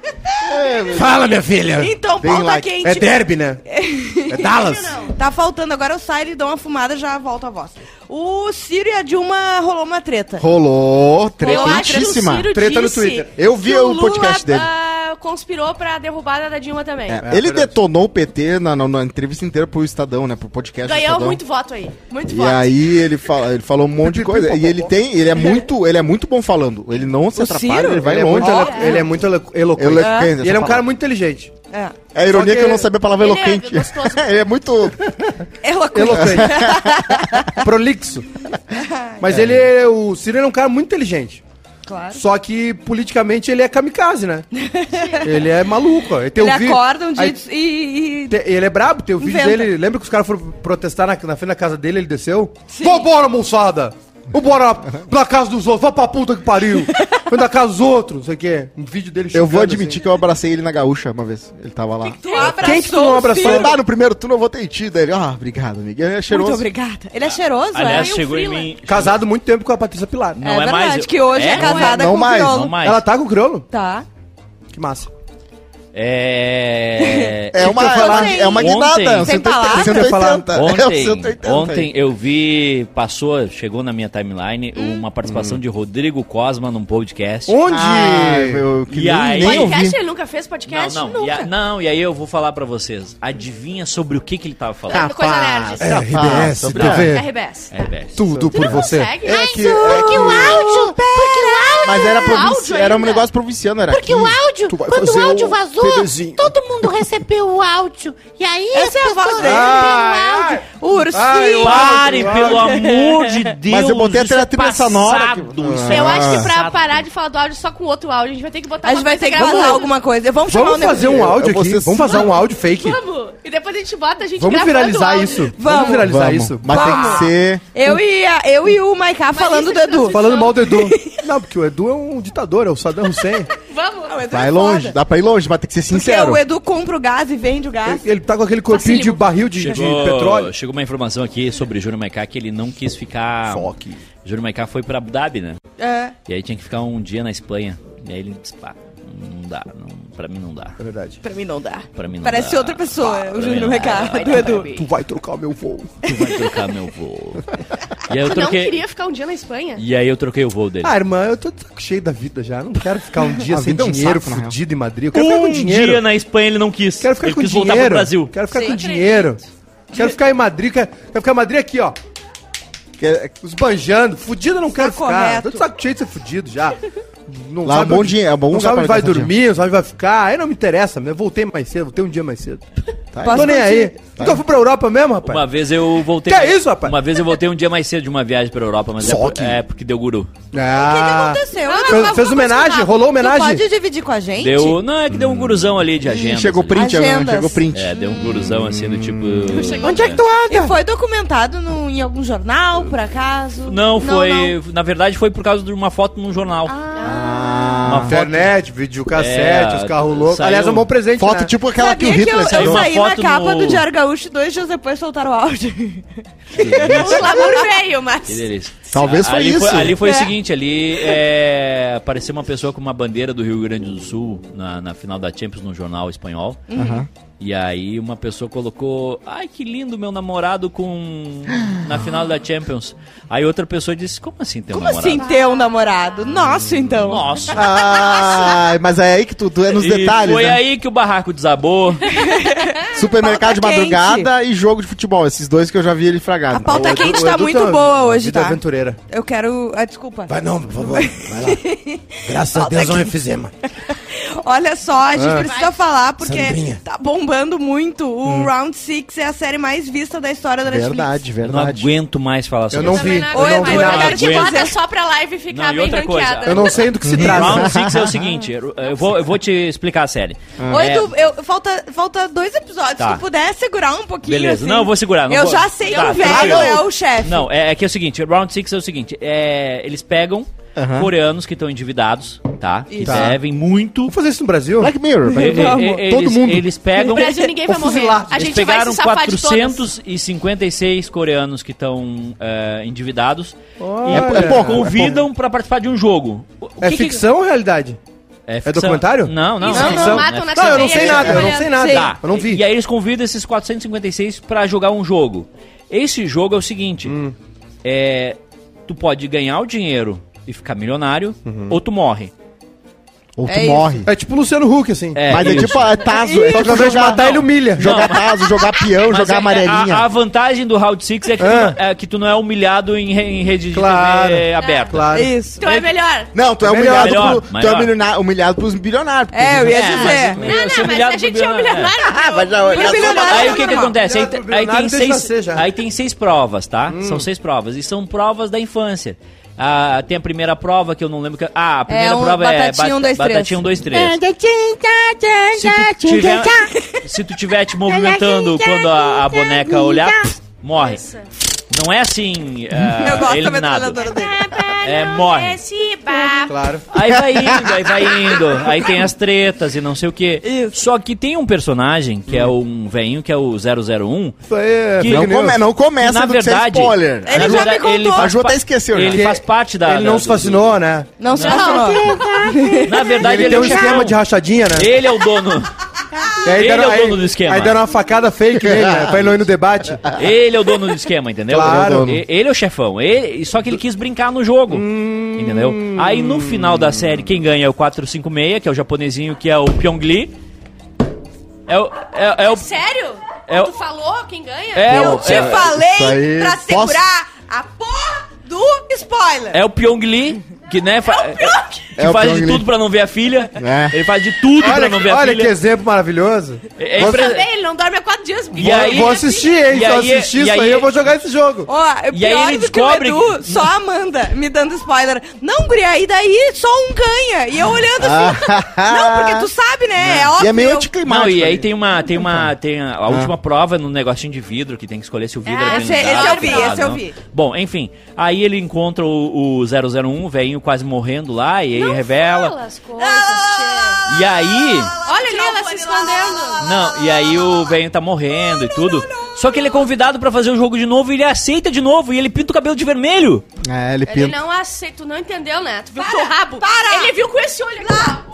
A: Fala, minha filha.
F: Então,
B: Tem
F: pauta
B: like.
F: quente.
A: É derby, né? É Dallas.
F: Tá faltando, agora eu saio, ele dá uma fumada já volto a voz. O Ciro e a Dilma rolou uma treta.
B: Rolou,
D: Eu acho que o
B: tretentíssima.
D: Ciro
A: Treta no
D: disse
A: Twitter.
B: Eu vi
D: que
B: o podcast
D: Lula,
B: dele.
D: ah, conspirou pra derrubada da Dilma também.
B: É, ele detonou o PT na, na- na entrevista inteira pro Estadão, né? Pro podcast do
D: Ganhou
B: Estadão.
D: muito voto aí. Muito
B: E
D: voto.
B: aí ele, fala, ele falou um monte de coisa. E ele tem, ele é muito, ele é muito bom falando. Ele não se atrapalha,
F: Ciro?
B: ele vai
A: Ele é,
B: longe. né?
A: muito elo- ele é muito elo- eloquente.
B: Eloquente,
A: E ele
B: essa
A: é um cara
B: palavra.
A: muito inteligente.
F: É.
B: É a ironia
A: Só
B: que...
A: que-
B: eu não sabia a palavra
D: Ele é
B: eloquente.
D: gostoso.
B: ele é muito.
F: Eloquente.
A: Eloquente. Prolixo. Mas ele, é- o Ciro ele é um cara muito inteligente.
F: Claro.
A: Só que politicamente ele é kamikaze, né? ele é maluco. ó. Ele, tem
F: Ele
A: o vi-
F: acorda um dia
A: aí-
F: e... e-
A: Te- Ele é brabo, tem o vídeo
F: Inventa.
A: dele. Lembra que os caras foram protestar na, na frente da casa dele, ele desceu? Vambora, moçada! Vambora pra casa dos outros, vá pra puta que pariu. Foi na casa dos outros, não sei o quê. Um vídeo dele
B: Eu vou
C: assim.
A: xingando,
B: admitir que eu abracei ele na gaúcha uma vez. Ele tava lá.
F: Tu abraçou
A: Quem que tu não
F: o
A: abraçou?
F: filho.
B: Falei, ah, no primeiro turno eu vou ter tido. Ele, ah, obrigado, amigo. Ele é
F: Muito
B: cheiroso.
F: obrigada. Ele é cheiroso,
C: Aliás,
F: é?
C: chegou em
D: Frila.
C: mim.
A: assim. Casado muito tempo com a Patrícia Pilar.
C: Não é,
F: é
C: mais.
F: verdade, que hoje é casada
B: Não
F: com o
B: mais,
F: Criolo.
C: Não mais.
A: Ela tá com o crioulo?
F: Tá.
A: Que massa.
C: É.
B: É uma,
A: eu falar?
B: é uma
C: Ontem-
B: guinada.
F: Sem palavras.
B: É
C: Ontem, ontem eu vi, passou, chegou na minha timeline uma participação de Rodrigo Cosma num podcast.
A: Onde?
C: E aí-
B: nem ouvi.
D: Podcast ele nunca fez podcast?
C: não, não, e
D: nunca.
C: a- não, e aí eu vou falar pra vocês. Adivinha sobre o que, que ele tava falando?
D: Coisa nerd. É
A: É, RBS,
B: sobre
A: TV.
B: Tá.
D: RBS.
C: RBS.
A: Tudo por você.
D: tá. Consegue?
B: É que, é que-
G: áudio, porque o áudio,
B: Ah, mas era, provinci-
D: áudio
B: era um
D: ainda.
B: negócio provinciano, era
G: é porque o
B: aqui.
G: áudio,
B: Tu vai
G: quando
B: fazer
G: o áudio
B: um
G: vazou,
B: PDzinho.
G: todo mundo recebeu o áudio. E aí as
F: Essa é a voz
G: pessoas
F: dele.
C: Ah,
G: receberam
A: Ai,
G: o um áudio.
F: O ursinho.
C: Pare, pelo amor de Deus!
B: eu botei
C: isso
B: até a
C: é
B: trilha sonora aqui.
C: passado, isso é
A: Ah.
D: Eu acho que pra
C: passado.
D: parar de falar do áudio só com outro áudio, a gente vai ter que botar
F: A gente
D: uma
F: vai
D: coisa
F: ter que
D: gravada.
F: gravar alguma coisa. Vamos chamar o
A: tá Vamos
F: nego-
A: fazer um áudio
B: Eu vou
A: aqui.
B: ser
A: Vamos fazer um áudio fake.
D: Vamos! E depois a gente bota a gente
A: Vamos
D: gravando o
A: viralizar
D: áudio.
A: isso.
F: Vamos.
A: Vamos viralizar
B: Vamos,
A: isso.
B: Mas tem que ser.
F: Eu e, a- eu e o Maiká falando
D: isso
F: do
D: é
F: Edu.
A: Falando mal do Edu. Não, porque o Edu é um ditador, é o Saddam Hussein.
D: Vamos!
F: Não, o Edu é
B: Vai
F: foda.
B: longe, dá pra ir longe, mas tem que ser
F: Porque é
B: sincero.
F: o Edu compra o gás e vende o gás.
A: Ele tá com aquele corpinho de
D: Facílimo.
A: barril de, de
C: Chegou,
A: petróleo.
C: chegou uma informação aqui sobre Júnior Maiká que ele não quis ficar.
A: Foque.
C: Júnior Maiká foi pra Abu Dhabi, né?
F: É.
C: E aí tinha que ficar um dia na Espanha. E aí ele disse, pá, não dá, não, pra mim não dá.
A: É verdade.
F: Pra mim não dá.
C: Pra mim não
F: Parece
C: dá.
F: outra pessoa,
C: Pra
F: o
C: mim
F: Júnior
C: não
F: Maiká,
C: dá.
F: do Edu.
A: Tu vai trocar o meu voo.
C: Tu vai trocar meu voo. E aí eu
D: Tu não
C: troquei.
D: queria ficar um dia na Espanha?
C: E aí eu troquei o voo dele.
A: Ah, irmã, eu tô de saco cheio da vida já. Não quero ficar um dia
B: A
A: sem
B: vida é um
A: dinheiro,
B: saco, na real.
A: fudido em Madrid. Eu quero ficar
C: Um
A: com dinheiro.
C: dia na Espanha ele não quis.
A: Quero ficar
C: ele
A: com
C: quis
A: dinheiro.
C: voltar pro Brasil.
A: Quero ficar
D: Sim,
A: com
D: acredito.
A: dinheiro. Quero ficar em Madrid. Quero, quero ficar em Madrid aqui, ó.
B: Porque é
A: Os banjando. Fudido eu não quero
F: Tá
A: ficar.
F: correto.
A: Tô de saco cheio de ser fudido já. Não
B: Lá é um bom
A: onde-
B: dinheiro, é um bom
A: não
B: lugar
A: sabe
B: pra
A: onde vai
B: gastar
A: dormir, não sabe onde vai ficar. Aí não me interessa, né? Eu Voltei mais cedo, voltei um dia mais cedo.
B: Tá
A: Tô nem aí. Nunca fui pra Europa mesmo, rapaz.
C: Uma vez eu voltei.
A: Que é isso, rapaz?
C: Uma vez eu voltei um dia mais cedo de uma viagem pra Europa, mas é,
A: Só
C: por-
A: que-
C: é porque deu guru.
A: Ah.
F: Aconteceu.
A: fez- fez homenagem? Rolou homenagem?
F: Tu pode dividir com a gente?
C: Deu. Não, é que deu um guruzão ali de agenda.
B: Ih, chegou print, agora,
F: Agendas.
B: chegou print.
C: É, deu um guruzão assim do tipo.
D: Onde é que tu
F: E foi documentado no- em algum jornal, por
A: tá?
F: acaso?
C: Não, foi.
F: não.
C: Na verdade, foi por causa de uma foto num jornal.
A: Ah, internet, videocassete,
C: É,
A: os carros loucos.
C: saiu-
A: Aliás, é um bom presente,
B: Foto
A: né?
B: tipo aquela que o
F: Sabia que, eu,
B: Hitler
F: eu
C: saiu uma
F: saí na
C: foto
F: capa
C: no-
F: do Diário Gaúcho dois dias depois soltaram o áudio.
D: O glamour veio, mas.
C: Que delícia.
B: Talvez
C: Ah,
B: foi
C: ali
B: isso.
C: ali foi
F: É.
C: o seguinte, ali é, apareceu uma pessoa com uma bandeira do Rio Grande do Sul na, na final da Champions no jornal espanhol.
F: Uhum.
C: E aí uma pessoa colocou, ai que lindo meu namorado com na final da Champions. Aí outra pessoa disse, como assim teu
F: Como
C: namorado?
F: assim ter um namorado? Nosso, então.
C: Nossa.
B: Ah, mas é aí que tu, tu é nos
C: E
B: detalhes,
C: foi
B: né?
C: aí que o barraco desabou.
B: Supermercado de
F: Pauta tá quente.
B: madrugada e jogo de futebol. Esses dois que eu já vi ele
F: A
B: fragado.
F: pauta
A: O Edu-
F: quente
A: o
F: tá
A: Edu
F: muito boa
A: uma
F: hoje,
A: vida
F: tá?
A: aventureira.
F: Eu quero... Ah, desculpa.
A: Vai não, por favor. Vai lá. Graças a
F: tá
A: Deus, não efizema.
F: Olha só, a
B: Ah.
F: gente precisa falar porque
A: Sandrinha.
F: tá bombando muito. O Round Six é a série mais vista da história da Netflix.
B: Hum. Verdade,
C: Eu não
B: verdade.
C: aguento mais falar
A: Eu
C: sobre
A: não
C: isso.
A: vi,
D: Também
A: eu
F: Oi,
A: não vi
F: Edu, eu
A: nada.
D: Agora te
C: aguento.
D: bota só pra live ficar
C: Não, e
D: bem
C: outra coisa.
D: ranqueada.
A: Eu não sei do que se
C: Round
A: trata.
C: 6 é o seguinte, eu, eu vou, eu vou te explicar a série.
F: Oi,
C: É,
F: Edu, eu, falta, falta dois episódios.
C: Tá.
F: Se tu puder segurar um pouquinho.
C: Beleza,
F: assim.
C: não, eu vou segurar. não
F: eu
C: vou-
F: já sei
C: Tá,
F: que o velho
C: tranquilo.
F: é o chefe.
C: Não, é, é que é o seguinte, Round 6 é o seguinte, é, eles pegam
B: Aham.
C: coreanos que estão endividados, tá? Que
F: Isso.
A: Tá.
C: devem muito.
A: Vamos fazer isso no Brasil?
B: Black Mirror.
C: E-
B: Black
C: e-
B: Mirror.
C: e-
B: Todo
C: eles,
B: mundo.
C: Eles
D: No
C: pegam.
D: Brasil ninguém vai
A: Ou
D: morrer.
A: fuzilado.
D: A
C: Eles
D: gente vai
C: um pegaram
D: se safar de todas.
C: 456 coreanos que estão é, endividados
A: Olha.
C: e
A: É pouco,
C: convidam pra participar de um jogo. O- o
A: É
C: que que-
A: ficção ou realidade?
C: ficção.
A: documentário?
C: Não, não.
D: Isso,
C: é
D: eles
C: ficção.
D: matam na
A: Não, eu não
D: cadeia,
A: sei
D: eles
A: nada, eu não sei
D: trabalhando.
A: nada.
C: Tá.
A: Eu não vi.
C: E aí eles convidam esses 456 pra jogar um jogo. Esse jogo é o seguinte:
A: Hum.
C: é, tu pode ganhar o dinheiro e ficar milionário,
A: Uhum.
C: ou tu morre.
B: Ou tu
F: É isso.
B: morre.
A: É tipo o Luciano Huck, assim.
C: É,
B: Mas é
C: isso.
B: tipo, é Tazo. É
A: Só que ao
B: tipo
A: invés de
B: jogar,
A: matar, ele humilha.
B: jogar Tazo, jogar peão,
C: Mas
B: jogar
C: é-
B: amarelinha.
C: A, a vantagem do Round 6 é, que tu
A: Ah.
C: não- é que tu não é humilhado em, re- em rede
A: Claro.
C: de é, TV aberta.
A: Claro.
F: Isso.
D: Então é melhor.
B: Não, tu é
A: Melhor,
B: humilhado,
C: melhor,
B: pro, tu é
C: melhor.
B: humilhado, humilhado pros bilionários. porque
F: É, eu ia
C: É,
F: dizer.
C: mas-
D: Não,
C: eu sou
D: não, mas
C: humilhado né?
D: a
C: por
D: gente é um
C: bilionário.
D: milionário.
B: Ah, mas já-
F: Por bilionário,
C: Aí o que, que
F: normal.
C: acontece? Aí,
A: Obrigado,
C: aí tem
A: Bernardo, deixa
C: seis,
A: nascer já. Hum.
C: aí tem seis provas, tá? São seis provas. E são provas da infância. Ah, tem a primeira prova que eu não lembro. Que... Ah, a primeira
F: um
C: prova é
F: batatinha, um, dois, três.
C: Batatinha 1, 2,
G: É,
C: 3. é Se tu tiver,
G: Tiver...
C: se tu tiver te movimentando quando a, a boneca olhar, pff, morre. Não é assim. ah,
F: Eu gosto da
C: eliminado.
F: metralhadora dele.
C: É, morre.
D: Esse bar-
A: Claro.
C: Aí vai indo, aí vai indo. Aí tem as tretas e não sei o quê. Só que tem um personagem que é
A: Hum.
C: um veinho que é o 001.
A: Isso aí é
C: Que-
A: fake
B: Não,
A: news.
B: come, não começa
C: na
B: do que ser
C: verdade,
B: spoiler.
C: na
F: Ele já
C: verdade,
F: me contou.
B: A Ju até esqueceu,
C: Ele
B: já.
C: faz parte da.
A: né? Ele não
C: da-
A: se fascinou, né?
F: Não se fascinou.
C: Na verdade, ele,
A: Ele, tem
C: é
A: um
C: o
A: esquema
C: chefão.
A: de rachadinha, né?
C: Ele é o dono.
A: E aí
C: ele
A: deram-
C: é o
A: aí-
C: dono do esquema.
A: Aí deram uma facada fake nele, né? Pra ele não ir no debate.
C: Ele é o dono do esquema, entendeu?
A: Claro.
C: E- Ele é o chefão. Ele, só que ele quis brincar no jogo.
A: Hum.
C: Entendeu? Aí no final da série, quem ganha é o 456, que é o japonesinho, que é o Pyongli. É o. É, é o.
D: Sério?
C: É o-
D: Tu falou quem ganha?
C: É
F: Eu
C: o,
F: te
C: é,
B: isso aí,
F: falei pra
B: posso-
F: segurar a porra do spoiler.
C: é o Pyongli, que né? fa- que
B: É o
C: faz de
B: Pyongli.
C: tudo pra não ver a filha.
B: É.
C: Ele faz de tudo pra
A: Olha,
C: não ver a
A: olha
C: filha.
A: que exemplo maravilhoso.
C: É, é
A: Você-
C: impre-
D: Também, ele não dorme há quatro dias.
C: E aí-
A: vou assistir, hein?
C: e
A: Se eu
C: aí- é-
A: assistir
C: e
A: isso aí,
C: aí-
A: eu vou jogar esse jogo.
F: Ó, é pior
C: E aí ele
F: do que o
C: descobre
F: Edu,
C: que-
F: só a Amanda me dando spoiler. Não, guria, e daí só um ganha. E eu olhando assim. não, porque tu sabe, né?
B: Ah.
F: É
B: E
F: óbvio.
B: é meio
F: eu-
B: anticlimático.
C: Não, e aí
B: ali.
C: tem uma. Tem uma. Tem a, a última prova num negocinho de vidro que tem que escolher se o vidro
F: Ah,
C: é
F: esse- esse
C: blindado,
F: eu vi,
C: blindado,
F: esse eu
C: não.
F: vi.
C: Bom, enfim. Aí ele encontra o, o 001, o velhinho quase morrendo lá, e aí revela.
D: Fala as coisas,
F: Ah!
D: tchê.
C: E aí.
D: Olha ali ela se escondendo.
C: Não, e aí o velhinho tá morrendo e tudo. Só que ele é convidado pra fazer o jogo de novo e ele aceita de novo e ele pinta o cabelo de vermelho.
B: É, ele
D: Ele
B: pinta.
D: não aceita, tu não entendeu, né? Tu viu
F: Para,
D: com o rabo?
F: para!
D: Ele viu com esse olho aqui. ó.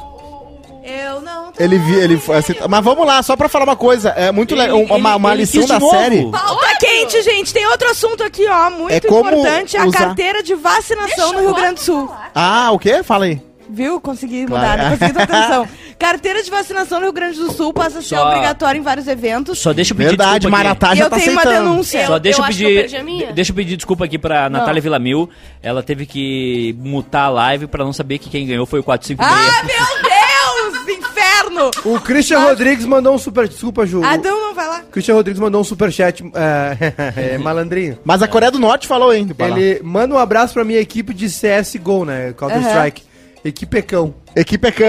F: Eu não tô.
B: Ele vi, ele foi aceita- Mas vamos lá, só pra falar uma coisa. É muito
C: Ele-
B: legal. Uma,
C: ele-
B: uma
C: ele
B: lição
C: quis de
B: da
C: novo.
B: série.
F: Pauta tá, quente, gente. Tem outro assunto aqui, ó, muito
B: É como
F: importante. A
B: usar-
F: carteira de vacinação
D: Deixa
F: no
D: eu
F: Rio
D: lá
F: Grande do Sul.
B: Ah, o quê? Fala aí.
F: Viu? Consegui
B: Claro.
F: mudar, não consegui dar atenção. Carteira de vacinação no Rio Grande do Sul passa a ser
C: Só-
F: obrigatória em vários eventos.
C: Só deixa eu pedir
B: Verdade,
C: desculpa aqui.
B: Maratá
F: E
B: já
F: eu
B: tá
F: tenho uma
B: aceitando.
F: denúncia.
C: Só
D: É, Eu-
C: deixa eu,
D: eu acho que eu
C: pedir,
D: perdi a minha.
C: de- deixa eu pedir desculpa aqui pra Natália Villamil. Ela teve que mutar a live pra não saber que quem ganhou foi o 456.
F: Ah, meu Deus! Inferno!
A: O Christian Rodrigues mandou um super. Desculpa, Ju. O
F: Adão, não vai lá.
A: Christian Rodrigues mandou um superchat é, é, malandrinho.
B: Mas a Coreia do Norte falou, hein? do Pará.
A: Ele manda um abraço pra minha equipe de CSGO, né? Counter-Strike. Equipe é Ecão.
B: Equipe Ecam,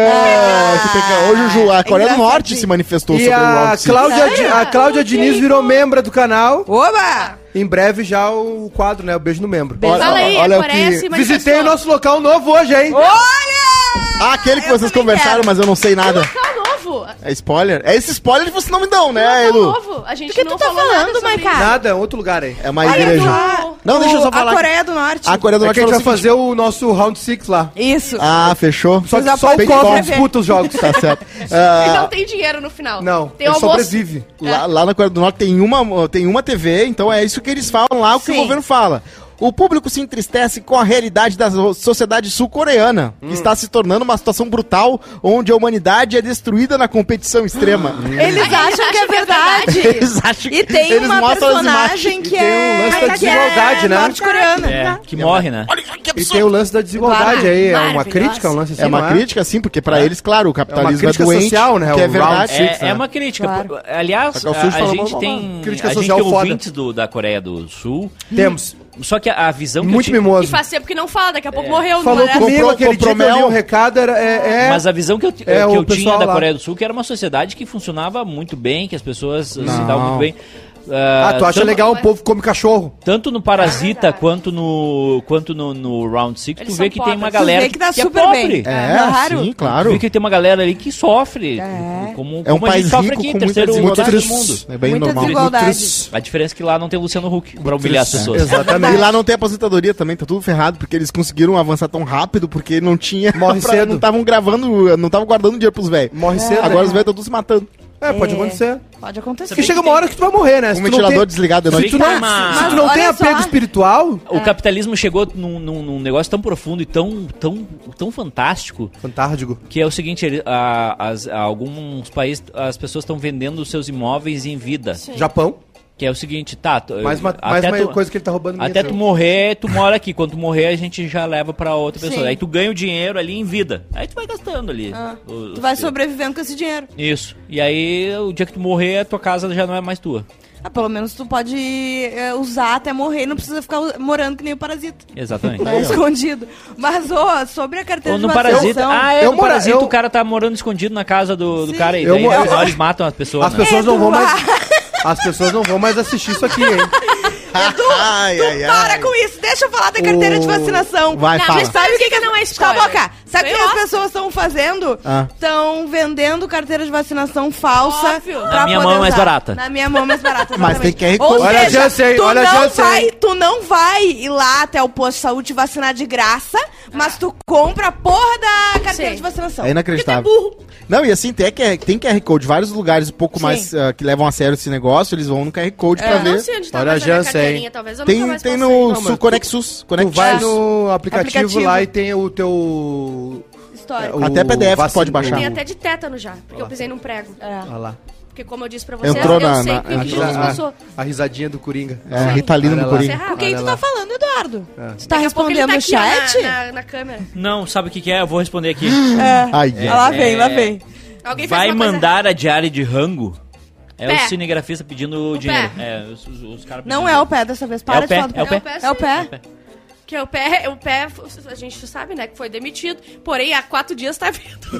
B: Equipe Ecam. Ô, Juju, a Coreia do Norte se manifestou
A: E
B: sobre o
A: a
B: Round Six.
A: Cláudia, Di- a Cláudia Diniz virou membra do canal.
F: Oba!
A: Em breve já o quadro, né? O beijo no membro.
B: Olha-
D: Fala aí,
B: olha
D: olha
B: o
D: Coreia
B: que-
D: se manifestou.
A: Visitei o nosso local novo hoje, hein?
F: Olha!
B: Ah, aquele que
F: Eu
B: vocês
F: também
B: conversaram,
F: quero.
B: mas eu não sei nada.
D: Local novo.
B: É spoiler? É esse spoiler que vocês não me dão, né,
D: Local
B: Edu?
D: novo. A gente
F: Do que
D: não
F: tu tá
D: falou nada
F: falando,
D: sobre
F: Maiká?
D: isso.
A: Nada, outro lugar aí.
B: É uma
F: Olha,
B: igreja.
F: Edu,
B: Não, deixa eu só
F: o-
B: falar
F: A
B: que-
F: Coreia do Norte.
B: A Coreia do
A: É
B: Norte assim, tipo,
A: que a gente vai
B: falou o seguinte-
A: fazer o nosso round 6 lá.
F: Isso.
B: Ah, fechou.
A: Só que
F: Vocês
A: só o
F: apontam
A: Copa
F: pra ver.
A: disputa os jogos.
B: Tá certo.
D: E
B: Ah,
D: não tem dinheiro no final.
A: Não,
D: tem
A: ele
D: almoço.
A: sobrevive.
B: lá, lá na Coreia do Norte tem uma, tem uma TV, então é isso que eles falam lá, o que o
F: Sim.
B: governo fala. O público se entristece com a realidade da so- sociedade sul-coreana,
F: Hum.
B: que está se tornando uma situação brutal onde a humanidade é destruída na competição extrema.
F: Eles acham que é verdade.
B: Eles acham
F: E tem
B: eles
F: uma
B: mostram as
F: personagem
B: imagens.
F: que
A: E tem
F: é.
A: um lance da
F: que é
A: desigualdade, né?
F: Norte-coreana.
C: É, que morre, né?
A: E tem o lance da desigualdade aí. É uma crítica, um lance assim.
B: É uma
A: não
B: crítica, sim, porque pra eles, claro, o capitalismo é,
A: crítica
B: doente,
A: social, né,
B: que é
A: o
B: verdade.
A: Round Six,
C: É, é
A: né?
C: uma crítica.
F: Claro.
C: Por- Aliás,
B: Só
C: a,
B: que o Sul
C: a
B: falou
C: gente
B: uma-
C: tem,
A: crítica
C: a gente
A: social
C: tem
A: foda.
C: ouvintes do, da Coreia do Sul,
A: é? Temos.
C: só que a, a visão que eu
A: Muito
C: tive-
D: E
A: mimoso.
D: faz tempo que não fala, daqui a pouco morreu.
A: um Falou
D: não é?
A: comigo
B: Comprou-
A: aquele dia que
B: comprou
A: eu li
B: mel.
A: o recado, era... É, é-
C: Mas a visão que eu, ti-
A: É,
C: que
A: o
C: eu tinha
A: pessoal
C: da
A: lá.
C: Coreia do Sul, que era uma sociedade que funcionava muito bem, que as pessoas eh, se davam muito bem. Ah,
A: Ah, tu acha
C: tanto-
A: legal o povo come cachorro.
C: Tanto no Parasita quanto no quanto no, no Round Six,
D: É Eles
C: tu vê
D: são
C: que tem
D: pobres.
C: uma
D: Tu
C: galera
F: vê que dá
C: é
F: super
C: pobre.
F: bem.
B: É,
F: Claro.
B: sim,
C: Tu
B: claro.
C: vê que tem uma galera ali que sofre. Como,
B: É um
C: como a
B: país
C: gente sofre
B: rico
C: aqui,
B: com muita
C: terceiro lugar do
B: desigualdade.
C: mundo.
B: É bem
F: Muita
B: normal.
F: desigualdade.
A: Triste.
C: A diferença é que lá não tem o Luciano Huck pra humilhar as pessoas.
A: Exatamente.
B: E lá não tem aposentadoria também, tá tudo ferrado, porque eles conseguiram avançar tão rápido, porque não tinha.
A: Morre cedo.
B: Não estavam gravando, não estavam guardando dinheiro pros velhos.
A: Morre cedo.
B: Agora
A: né?
B: os velhos estão todos se matando.
A: É, pode acontecer.
F: Pode acontecer.
A: Porque chega uma hora que tu vai morrer, né?
B: Um
A: Se tu não
B: ventilador
A: tem,
B: desligado de
C: Se
B: noite.
A: tu
C: Tem
A: não,
C: uma-
A: se tu não
F: Mas
A: tem
F: olha
A: apego
F: só.
A: espiritual...
C: O capitalismo chegou num, num- num negócio tão profundo e tão, tão, tão fantástico
A: Fantástico.
C: que é o seguinte: ele- a- as- a alguns países as pessoas estão vendendo os seus imóveis em vida.
A: Japão.
C: Que é o seguinte, tá? tu-
A: Mais uma,
C: até
A: mais uma
C: tu-
A: coisa que ele tá roubando. minha
C: Até tu
A: também.
C: morrer, tu mora aqui. Quando tu morrer, a gente já leva pra outra pessoa.
F: Sim. Ah.
C: Aí tu ganha o dinheiro ali em vida. Aí tu vai gastando ali. o-
F: Tu vai
C: os-
F: sobrevivendo com esse dinheiro.
C: Isso. E aí, o dia que tu morrer, a tua casa já não é mais tua.
F: Ah, pelo menos tu pode é, usar até morrer, não precisa ficar u- morando que nem o parasita. Tá
C: Exatamente.
F: Escondido. Mas, ô, sobre a carteira
C: Ou no
F: de vacinação...
C: Parasita. Ah, é,
A: eu
C: no
A: mora-
C: Parasita
A: eu-
C: o cara tá morando escondido na casa do, do cara. E
A: Eu
C: daí,
A: mora-
C: no final, eles matam as pessoas,
A: As
C: né?
A: pessoas não vão mais.
F: Eduardo.
A: As pessoas não vão mais assistir isso aqui, hein?
F: Edu,
B: Ai,
F: tu
B: ai,
F: para
B: ai.
F: com isso. Deixa eu falar da carteira de vacinação.
B: Vai,
F: não,
B: fala.
A: tá-
F: Mas sabe o que, que
D: Não é
F: Cala a
D: spoiler.
F: boca. Sabe o que
D: Eu
F: as
D: acho.
F: pessoas estão fazendo?
B: Ah.
F: Estão vendendo carteira de vacinação falsa.
D: Óbvio.
F: pra
C: Na minha
F: poder
C: mão é mais
F: usar.
C: barata.
F: Na minha mão é mais barata.
B: Mas
F: exatamente.
B: tem QR
F: Ou
B: Code.
A: Olha a
F: seja,
A: chance aí,
F: tu
A: olha a
F: não
A: chance aí.
F: vai- Tu não vai ir lá até o posto de saúde vacinar de graça, mas tu compra a porra da carteira
D: Sim.
F: de vacinação.
B: É inacreditável. Não, e assim, tem, QR tem QR Code. Vários lugares um pouco mais ah, que levam a sério esse negócio, eles vão no QR Code pra
C: É.
D: Eu não
B: ver.
D: sei onde tá
A: Olha
D: mais a
A: a
D: minha
A: Janssen, hein?
D: carteirinha, talvez eu nunca
B: Tem,
D: mais
B: tem
D: passei.
B: no
A: Não, mas
B: Su-
A: tu-
B: Conexus.
A: Tu
B: Conexus.
A: vai no aplicativo,
F: Aplicativo.
A: lá e tem o teu.
F: História.
A: o
B: Até PDF tu pode baixar.
D: Tem até de tétano já, porque eu pisei num prego.
A: Olha lá.
D: Porque como eu disse pra vocês,
B: Entrou
D: eu
B: na-
D: sei
B: na-
D: que o
A: É, A,
B: entrou
D: vírus
A: risa-
D: passou.
A: a- a risadinha do Coringa.
B: É, Ritalino
A: Olha
B: no
A: lá.
B: Coringo.
D: Será?
F: Com quem
A: Olha
F: tu
A: lá.
F: tá falando, Eduardo?
B: É.
F: Tu tá
D: Daqui a pouco ele tá
F: respondendo no
D: aqui, ó, na-
F: chat?
D: Na, na câmera.
C: Não, sabe o que, que é? Eu vou responder aqui.
B: Ai,
F: Ah,
B: ai.
F: Lá vem, lá
C: É.
F: vem.
D: Alguém fez
C: Vai
D: uma coisa-
C: mandar a diária de rango? É
D: Pé.
C: o cinegrafista pedindo
D: O
C: dinheiro.
D: pé.
C: É, os, os- os caras
F: Não
C: pedindo.
F: é o pé dessa vez, para
C: É o pé,
F: de falar do
C: é o pé.
F: É o pé.
D: Que é o pé, o pé, a gente sabe, né, que foi demitido. Porém, há quatro dias tá vindo.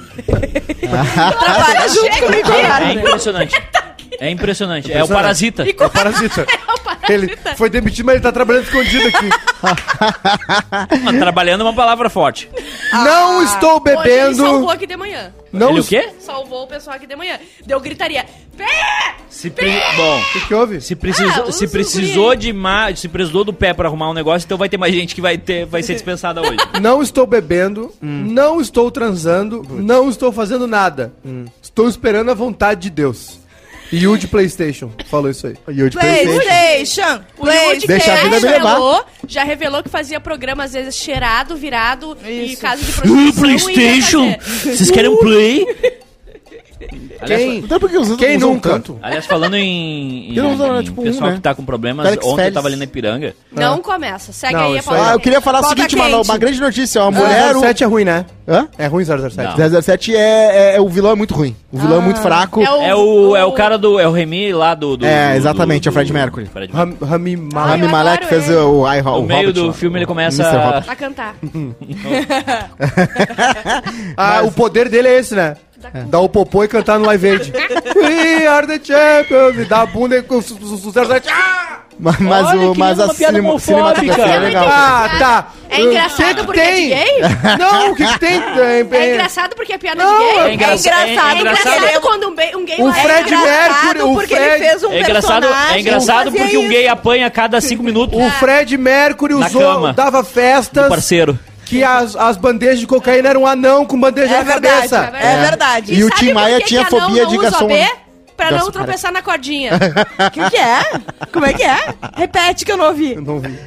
F: Trabalha junto comigo,
C: É
F: Eduardo.
C: impressionante. É impressionante. É o parasita.
A: É o parasita. Ele foi demitido, mas ele tá trabalhando escondido aqui.
C: Mano, Trabalhando é uma palavra forte.
A: não
D: Ah,
A: estou
D: Hoje ele salvou
A: bebendo.
D: aqui de manhã.
A: Não
C: Ele o
A: es-
C: quê?
D: Salvou o pessoal aqui de manhã. Deu gritaria. Pé!
C: Se pre- Bom,
A: O que, que houve?
C: se, precisou-
D: Ah, os-
C: se
D: os
C: precisou de mais, se precisou do pé pra arrumar um negócio, então vai ter mais gente que vai ter, vai ser dispensada hoje.
A: Não estou bebendo,
C: Hum.
A: não estou transando, não estou fazendo nada.
C: Hum.
A: Estou esperando a vontade de Deus. E o de PlayStation falou isso aí.
B: E o de Playstation.
F: PlayStation.
D: O Yudi
F: PlayStation.
B: Deixa a
D: já
B: vida me
D: revelou, já revelou que fazia programa, às vezes, cheirado, virado, e
F: Isso.
D: caso de prostituição. e ia fazer.
C: Vocês querem um play?
A: Quem,
B: Então por que os outros
A: quem
B: usam
A: nunca?
B: tanto?
C: Aliás, falando em, em,
B: Eu não sou,
C: em
B: tipo, um,
C: pessoal
B: né?
C: que tá com problemas,
B: Félix
C: ontem eu
B: Félix.
C: tava ali na Ipiranga.
D: Não começa. Segue
A: Ah. Não,
D: aí a
A: isso aí-
B: Ah,
D: palavra.
B: eu queria falar o
F: Pauta
B: seguinte, mano,
F: quente.
B: uma grande notícia. Uma mulher...
A: Mulher
B: o-
A: 07 é ruim, né?
B: Hã?
A: É ruim 007.
C: Não.
B: 007 é, é, é- o vilão é muito ruim. O vilão é muito fraco.
D: É o-
C: É o, é o cara do. É o Remy lá do. do-
B: É,
C: do-
B: exatamente, é
C: do-
B: o Fred
C: do-
B: Mercury.
C: Fred Mercury.
A: Rami, Rami Malek.
B: Rami
D: eu
B: Malek
D: adoro
B: fez
D: ele.
B: o, I, o
C: No meio
B: Hobbit
C: do
B: lá.
C: filme ele começa-
B: Mr. Hobbit.
D: A cantar.
A: Ah, o poder dele é esse, né? Dar o popô e cantar no live aid. We are the champions! E dar a bunda e com o su- su- su- 07. Ah!
B: Mas, mas,
C: Olha,
B: o,
C: que
B: mas
C: lindo,
B: a
C: uma piada
B: cinema,
C: homofóbica.
B: cinematografia é
C: Não
B: legal.
A: Ah, tá.
D: É engraçado
A: O que que
D: porque é de
A: tem?
D: gay?
A: Não, o que, que tem? É,
D: É
A: é-
D: engraçado porque é piada
A: Não,
D: de
A: é
D: gay?
C: engra-
D: É engraçado quando um, be- um gay
A: O
D: vai-
A: Fred Mercury, o
F: porque
A: Fred-
F: ele fez um
C: É engraçado,
F: personagem
C: é engraçado
F: que fazia
C: porque um
F: isso.
C: gay apanha a cada cinco minutos
A: O Fred Mercury
C: Na
A: usou,
C: cama.
A: dava
C: o
A: festas
C: parceiro.
A: que as, as bandejas de cocaína eram um anão com bandeja
F: É
A: na
F: verdade,
A: cabeça.
F: é verdade.
B: E o
D: sabe
B: Tim
D: por
B: Maia
D: que que
B: tinha
D: anão
B: fobia
D: não
B: de
D: usa
B: garçom.
D: B? Pra
B: Garçom,
D: não
B: cara.
D: tropeçar na cordinha.
F: O que, que é? Como é que é? Repete que eu não ouvi.
A: Eu não vi.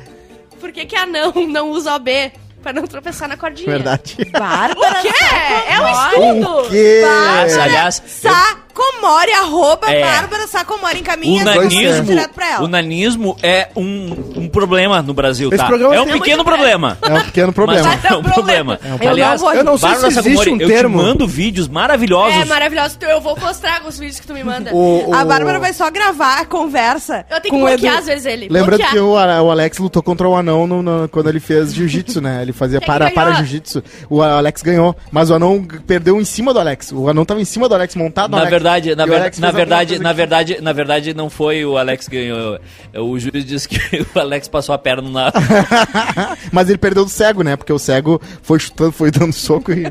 D: Por que que anão não usa OB? Pra não tropeçar na cordinha.
B: Verdade.
F: Bárbara.
D: O quê? É um estudo.
B: Que...
C: Aliás, É, aliás, eu-
F: Sacomore, arroba
C: É.
F: Bárbara Sacomore, encaminha essa coisa
C: Unanismo,
F: direto pra ela.
C: unanismo é um, um problema no Brasil,
A: Esse
C: tá?
A: programa
C: É um
A: tem
C: pequeno problema.
B: É um pequeno problema.
C: Mas é um problema.
D: problema.
C: Aliás,
F: Eu não vou-
A: Eu não sei
C: Bárbara
A: se existe
C: Sacomori,
A: um
C: eu
A: termo.
C: te mando vídeos maravilhosos.
D: É maravilhoso. Então Eu vou mostrar os vídeos que tu me manda.
A: O- o-
F: A Bárbara vai só gravar a conversa.
D: Eu tenho que
F: com o
D: bloquear
F: Edu.
D: às vezes ele.
B: Lembrando
D: bloquear.
B: que o, Ale- o Alex lutou contra o anão no- no- quando ele fez jiu-jitsu, né? Ele fazia
D: Quem
B: para,
D: ganhou?
B: para jiu-jitsu. O Alex ganhou, mas o anão g- perdeu em cima do Alex. O anão tava em cima do Alex, montado no
C: Na
B: Alex.
C: verdade, na,
B: E o
C: ver-
B: Alex
C: na
B: fez alguma
C: verdade,
B: coisa
C: na
B: que-
C: verdade, na verdade não foi o Alex que ganhou. O juiz disse que o Alex passou a perna na
B: Ah, Mas ele perdeu do cego, né? Porque o cego foi chutando, foi dando soco e...
D: O,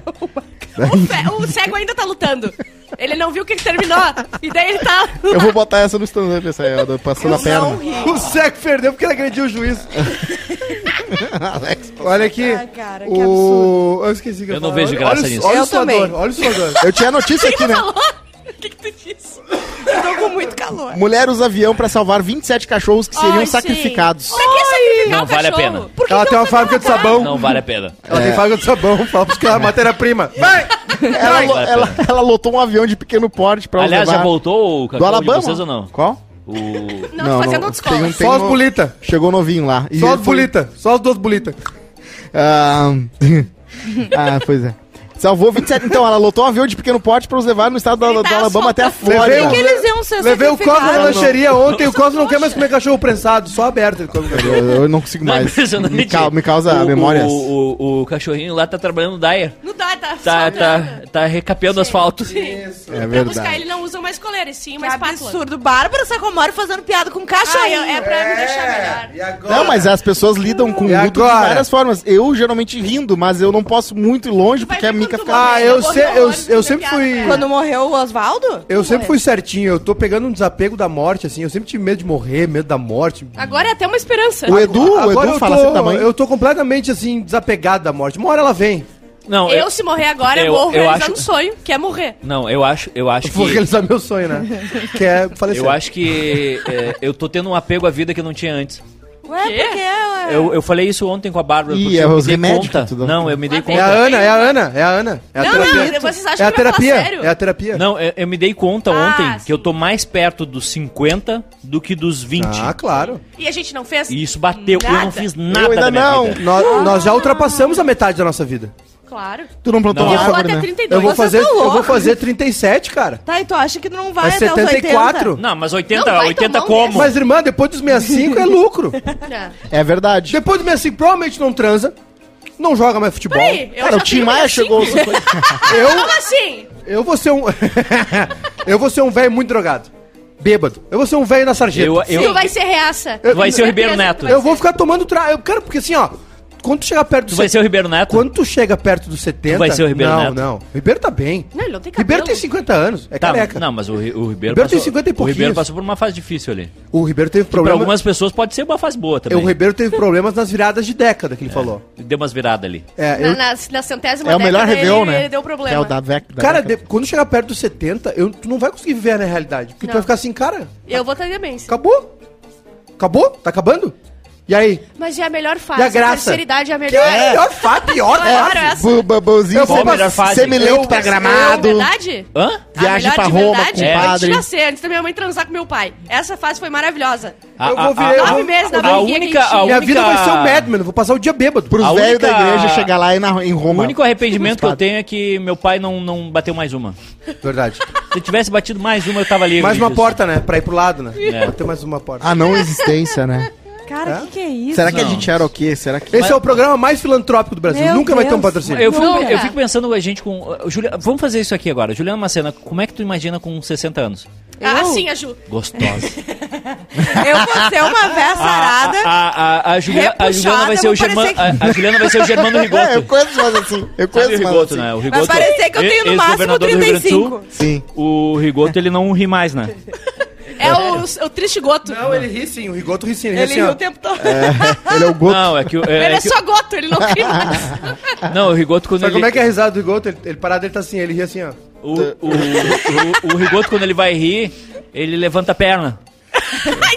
D: fe- o cego ainda tá lutando. Ele não viu que ele terminou. E daí ele tá.
B: Eu vou botar essa no stand-up, essa aí, ó, do- passando a perna.
F: Não ri.
A: O Seco perdeu porque ele agrediu o juiz.
B: Alex.
A: Olha aqui.
F: Ai, cara, que
A: o... Eu esqueci que
C: Eu não
A: falei.
C: vejo
A: Olha-
C: graça
A: olha, o-
C: nisso.
A: Olha
F: Eu
A: o suador,
F: também.
A: olha o suador.
B: Eu tinha notícia aqui, né?
D: O que, que tu disse?
F: Eu tô com muito calor.
B: Mulher usa avião pra salvar 27 cachorros que seriam
D: Ai, sim.
B: sacrificados.
D: Pra que sacrificar
C: Não
D: o
C: vale a
D: cachorro?
C: pena.
D: Por que
A: Ela
D: que
A: tem
D: eu
A: uma
D: fui
A: fábrica de
D: matar?
A: sabão.
C: Não vale a pena.
A: Ela tem fábrica de sabão, fala pra buscar a matéria-prima. Vai!
B: Ela,
C: Vai, vai,
B: ela, ela lotou um avião de pequeno porte pra
C: Aliás,
B: levar.
C: já voltou o
B: Do
C: cachorro de
B: Alabama?
C: vocês ou não?
B: Qual?
C: O-
D: Não, tô fazendo outra escola.
B: tem um- tem
A: Só as
B: um-
A: bolitas.
B: Chegou novinho lá. E
A: Só as
B: ele foi-
A: bolitas. Só as duas bolitas.
B: Ah, ah, pois é. Salvou 27. Então, ela lotou um avião de pequeno porte pra os levar no estado da- do,
D: Ele tá
B: Alabama até a
D: soltando-
A: Levei
B: Flórida.
A: um-
F: Eles iam não ser
A: Levei o Cosmo na
F: sacrificado.
A: lancheria ontem, o Cosmo não quer mais comer cachorro prensado, só aberto ele come cachorro.
B: Eu, eu não consigo
C: Não, é
B: mais.
C: impressionante.
B: Me, cau- me causa
C: O- o-
B: memórias.
C: O, o- o cachorrinho lá tá trabalhando no Dyer.
D: Não dá, tá.
C: Tá,
D: só-
C: tá, tá recapeando asfalto.
B: é
D: Pra buscar,
B: verdade.
D: ele não usa mais coleira, e sim
F: Que
D: mais espátula.
F: absurdo. Bárbara Sacomori fazendo piada com
D: Ah,
F: cachorrinho.
D: eu- é pra me deixar melhor.
A: E agora?
B: Não, mas é as pessoas lidam com
A: E
B: luto de
A: agora?
B: várias formas. Eu geralmente rindo, mas eu não posso muito ir longe
D: Vai
B: porque a
D: ver
B: Mica
D: quando
B: fica.
A: Ah, eu,
D: Morreu
A: sei, eu,
D: antes
A: eu
D: da
A: sempre
D: piada,
A: fui.
D: cara.
F: Quando morreu o Oswaldo?
A: Eu sempre fui certinho, eu tô pegando um desapego da morte, assim, eu sempre tive medo de morrer, medo da morte.
D: Agora é até uma esperança.
B: O Edu, o
A: Agora
B: Edu fala assim
A: eu
B: tá
A: tô,
B: sempre da mãe.
A: Eu tô completamente, assim, desapegado da morte. Uma hora ela vem.
C: Não,
D: Eu, se morrer agora,
C: eu-
D: eu, morro
C: eu
D: realizando
C: acho-
D: um sonho, que é morrer.
C: Não, eu acho, eu acho
A: Eu vou
C: que.
A: realizar tipo, meu sonho, né? que é falecer.
C: Eu acho que é, eu tô tendo um apego à vida que eu não tinha antes.
F: Ué,
D: Quê?
F: É por quê?
D: É.
F: ué?
C: Eu, eu falei isso ontem com a Bárbara.
B: Ih,
C: porque
B: é
C: eu me
B: os
C: dei
B: remédios que
C: conta.
B: tu dá.
C: Não, eu me dei
A: É a
C: conta.
A: Ana, é a Ana, é a Ana. É a
D: Não,
A: terapia.
D: não, vocês
A: é
D: acham que eu
A: a
D: ia falar
A: terapia,
D: sério?
A: é a terapia.
C: Não, eu, eu me dei conta
D: Ah,
C: ontem que eu
D: sim.
C: tô mais perto dos 50 do que dos 20.
A: Ah, claro.
D: E a gente não fez?
C: E isso bateu. Eu não
D: Nada.
C: fiz nada
B: ainda
C: da minha
B: não.
C: vida.
A: Nós, nós já ultrapassamos a metade da nossa vida.
D: Claro.
B: Tu não plantou
C: Não.
B: uma
C: Eu
D: Eu vou
B: árvore,
D: até
B: né?
D: 32.
A: Eu vou,
F: Vocês
D: tá
A: fazer,
F: tão
A: eu vou
F: loucos.
A: fazer 37, cara.
F: Tá, e tu acha que tu não vai
A: É
D: então
F: até os
A: 74.
F: 80?
C: Não, mas 80,
D: Não vai
C: 80
D: tomar um
C: como?
A: Mas, irmã, depois dos 65 é lucro.
D: É.
B: É verdade.
A: Depois dos 65, provavelmente não transa, não joga mais futebol.
D: Peraí, eu
B: Cara,
D: já
B: o Tim
D: tenho
B: Maia
D: 65.
B: chegou.
A: Eu,
D: Como assim?
A: eu vou ser um. eu vou ser um velho muito drogado. Bêbado. Eu vou ser um velho na sarjeta.
C: Eu- eu-
D: Tu vai ser reaça.
A: Eu-
C: vai ser o Ribeiro
D: Certeza
C: Neto.
D: que tu vai
A: Eu vou ficar tomando tra... Eu, cara, porque assim, ó. Quando tu chegar perto
C: Tu
A: do
C: vai
A: set-
C: ser o Ribeiro Neto?
A: Quando tu chega perto dos 70.
C: Tu vai ser o Ribeiro
A: Não,
C: Neto.
A: não. Ribeiro tá bem.
D: Não, ele não tem cabelo.
A: Ribeiro tem 50 anos. É
C: Tá,
A: careca.
C: não, mas o, Ri- o Ribeiro,
A: Ribeiro tem
C: passou,
A: 50
C: O
A: e
C: Ribeiro
A: pouquinhos.
C: passou por uma fase difícil ali.
A: O Ribeiro teve
C: Pra
A: problema.
C: algumas pessoas pode ser uma fase boa também. É.
A: O Ribeiro teve problemas nas viradas de década que ele falou.
C: Deu umas viradas ali.
A: É, eu-
D: Na, na, na centésima
B: É o melhor
D: década,
B: Réveillon,
D: ele,
B: né?
D: ele deu problema.
B: É o da Vec. da
A: Cara,
B: Vec.
A: de- quando chegar perto dos 70, eu, tu não vai conseguir viver na realidade. Porque tu
D: Não.
A: vai ficar assim, cara,
D: Eu vou estar demência.
A: acabou. Acabou? Tá acabando? E aí?
D: Mas é a melhor fase.
A: E a graça?
D: A terceira idade é a
A: Que
D: melhor. é assim.
A: é a melhor fase, pior
D: Eu adoro
A: fase.
D: essa.
B: Bu- bu- buzinho,
A: Eu vou
B: semi-
A: pra-
C: melhor fase.
B: Semelhante pra gramado.
D: É verdade?
C: Hã?
D: A
B: Viagem
D: melhor
B: pra
D: de
B: Roma
D: verdade
B: com o
D: é antes de
B: padre.
D: nascer, antes da minha mãe transar com meu pai. Essa fase foi maravilhosa.
C: A-
A: Eu
C: a-
A: vou virar-
C: a-
A: eu vou-
D: Nove meses na
C: a
D: barriguinha
C: única-
D: que a gente
C: a
D: tinha.
A: Minha vida vai
C: única-
A: ser o Madman, eu vou passar o dia bêbado.
B: Pros
C: A
B: velhos da
C: única-
B: igreja chegar lá e na, em
C: ah. O
B: Roma.
C: único arrependimento que eu
B: Espada.
C: tenho é que meu pai não, não bateu mais uma.
A: Verdade.
C: Se tivesse batido mais uma, eu tava livre.
A: Mais uma
C: disso.
A: porta, né? Pra ir pro lado, né?
C: É.
A: Tem mais uma porta.
B: A não existência, né?
F: Cara, o que, que é isso?
B: Será que a
C: Não.
B: gente era o quê? Será que.
A: Esse é o programa mais filantrópico do Brasil.
F: Meu
A: Nunca vai ter um
F: Deus.
A: patrocínio.
C: Eu fico,
D: Não,
C: eu
D: cara.
C: fico pensando a gente com. uh, Julia, vamos fazer isso aqui agora. Juliana Macena, como é que tu imagina com 60 anos?
D: Ah, sim, a Ju.
C: Gostosa.
F: Eu vou ser uma véia
C: a,
F: sarada.
C: a, a, a, Julia- a
F: repuxada,
C: Juliana vai ser
F: vou
C: o Germano.
F: parecer
C: A, a Juliana vai ser o Germano
B: É, eu
C: Rigoto.
B: conheço mais assim. Eu
C: Sabe
B: conheço
C: o
B: mais
C: Rigoto,
B: assim.
C: né? O
F: Vai
C: Rigoto.
F: parecer que eu tenho no máximo
C: ex-governador do Rio Grande do Sul.
F: 35.
B: Sim.
C: O Rigoto, ele não ri mais, né?
D: É o, o triste goto.
A: Não, ele ri sim, o Rigoto ri sim. Ele,
F: Ele
A: ri
F: riu
A: assim,
F: o tempo todo.
B: Ele é o Goto.
C: Não, é que, o- é,
D: Ele
C: é
D: é
C: que-
D: só goto, ele não ri mais.
C: Não, o Rigoto quando
A: Sabe
C: ele...
A: como é que é a risada do Rigoto? Ele, ele parado, ele tá assim, ele ri assim, ó.
C: o, o, o, o Rigoto quando ele vai rir, ele levanta a perna.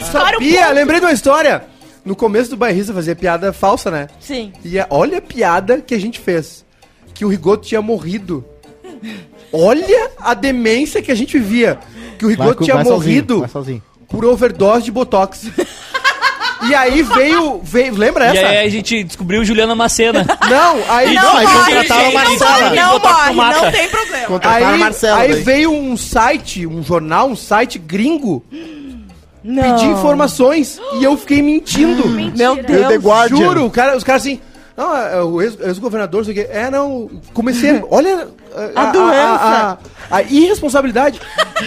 D: Estoura o
F: um
A: Pia, lembrei de uma história. No começo do bairrista fazia piada falsa, né?
F: Sim.
A: E a- olha a piada que a gente fez. Que o Rigoto tinha morrido. Olha a demência que a gente via. Que o
B: Vai,
A: Rigoto
B: cu-
A: tinha
B: vai
A: morrido
B: Sozinho, vai sozinho.
A: por overdose de Botox. e aí veio, veio... Lembra
C: E
A: essa?
C: aí a gente descobriu Juliana Macena.
A: Não, aí...
C: Não,
B: aí
C: morre,
B: contrataram a
C: gente, não
B: Marcela.
C: morre.
F: Não
C: tá, botar
F: morre,
C: tomata.
F: não tem problema.
B: Contrataram né? a Marcela.
A: aí
B: daí.
A: veio um site, um jornal, um site gringo,
F: Não.
A: pedir informações. E eu fiquei mentindo.
F: Meu
B: Veio The
F: Deus.
B: Guardian.
A: Juro, o cara, os caras assim. Não, é, o ex- ex-governador, não sei o quê. É, não. Comecei. Olha.
F: A
A: A, a-
F: doença.
A: a irresponsabilidade.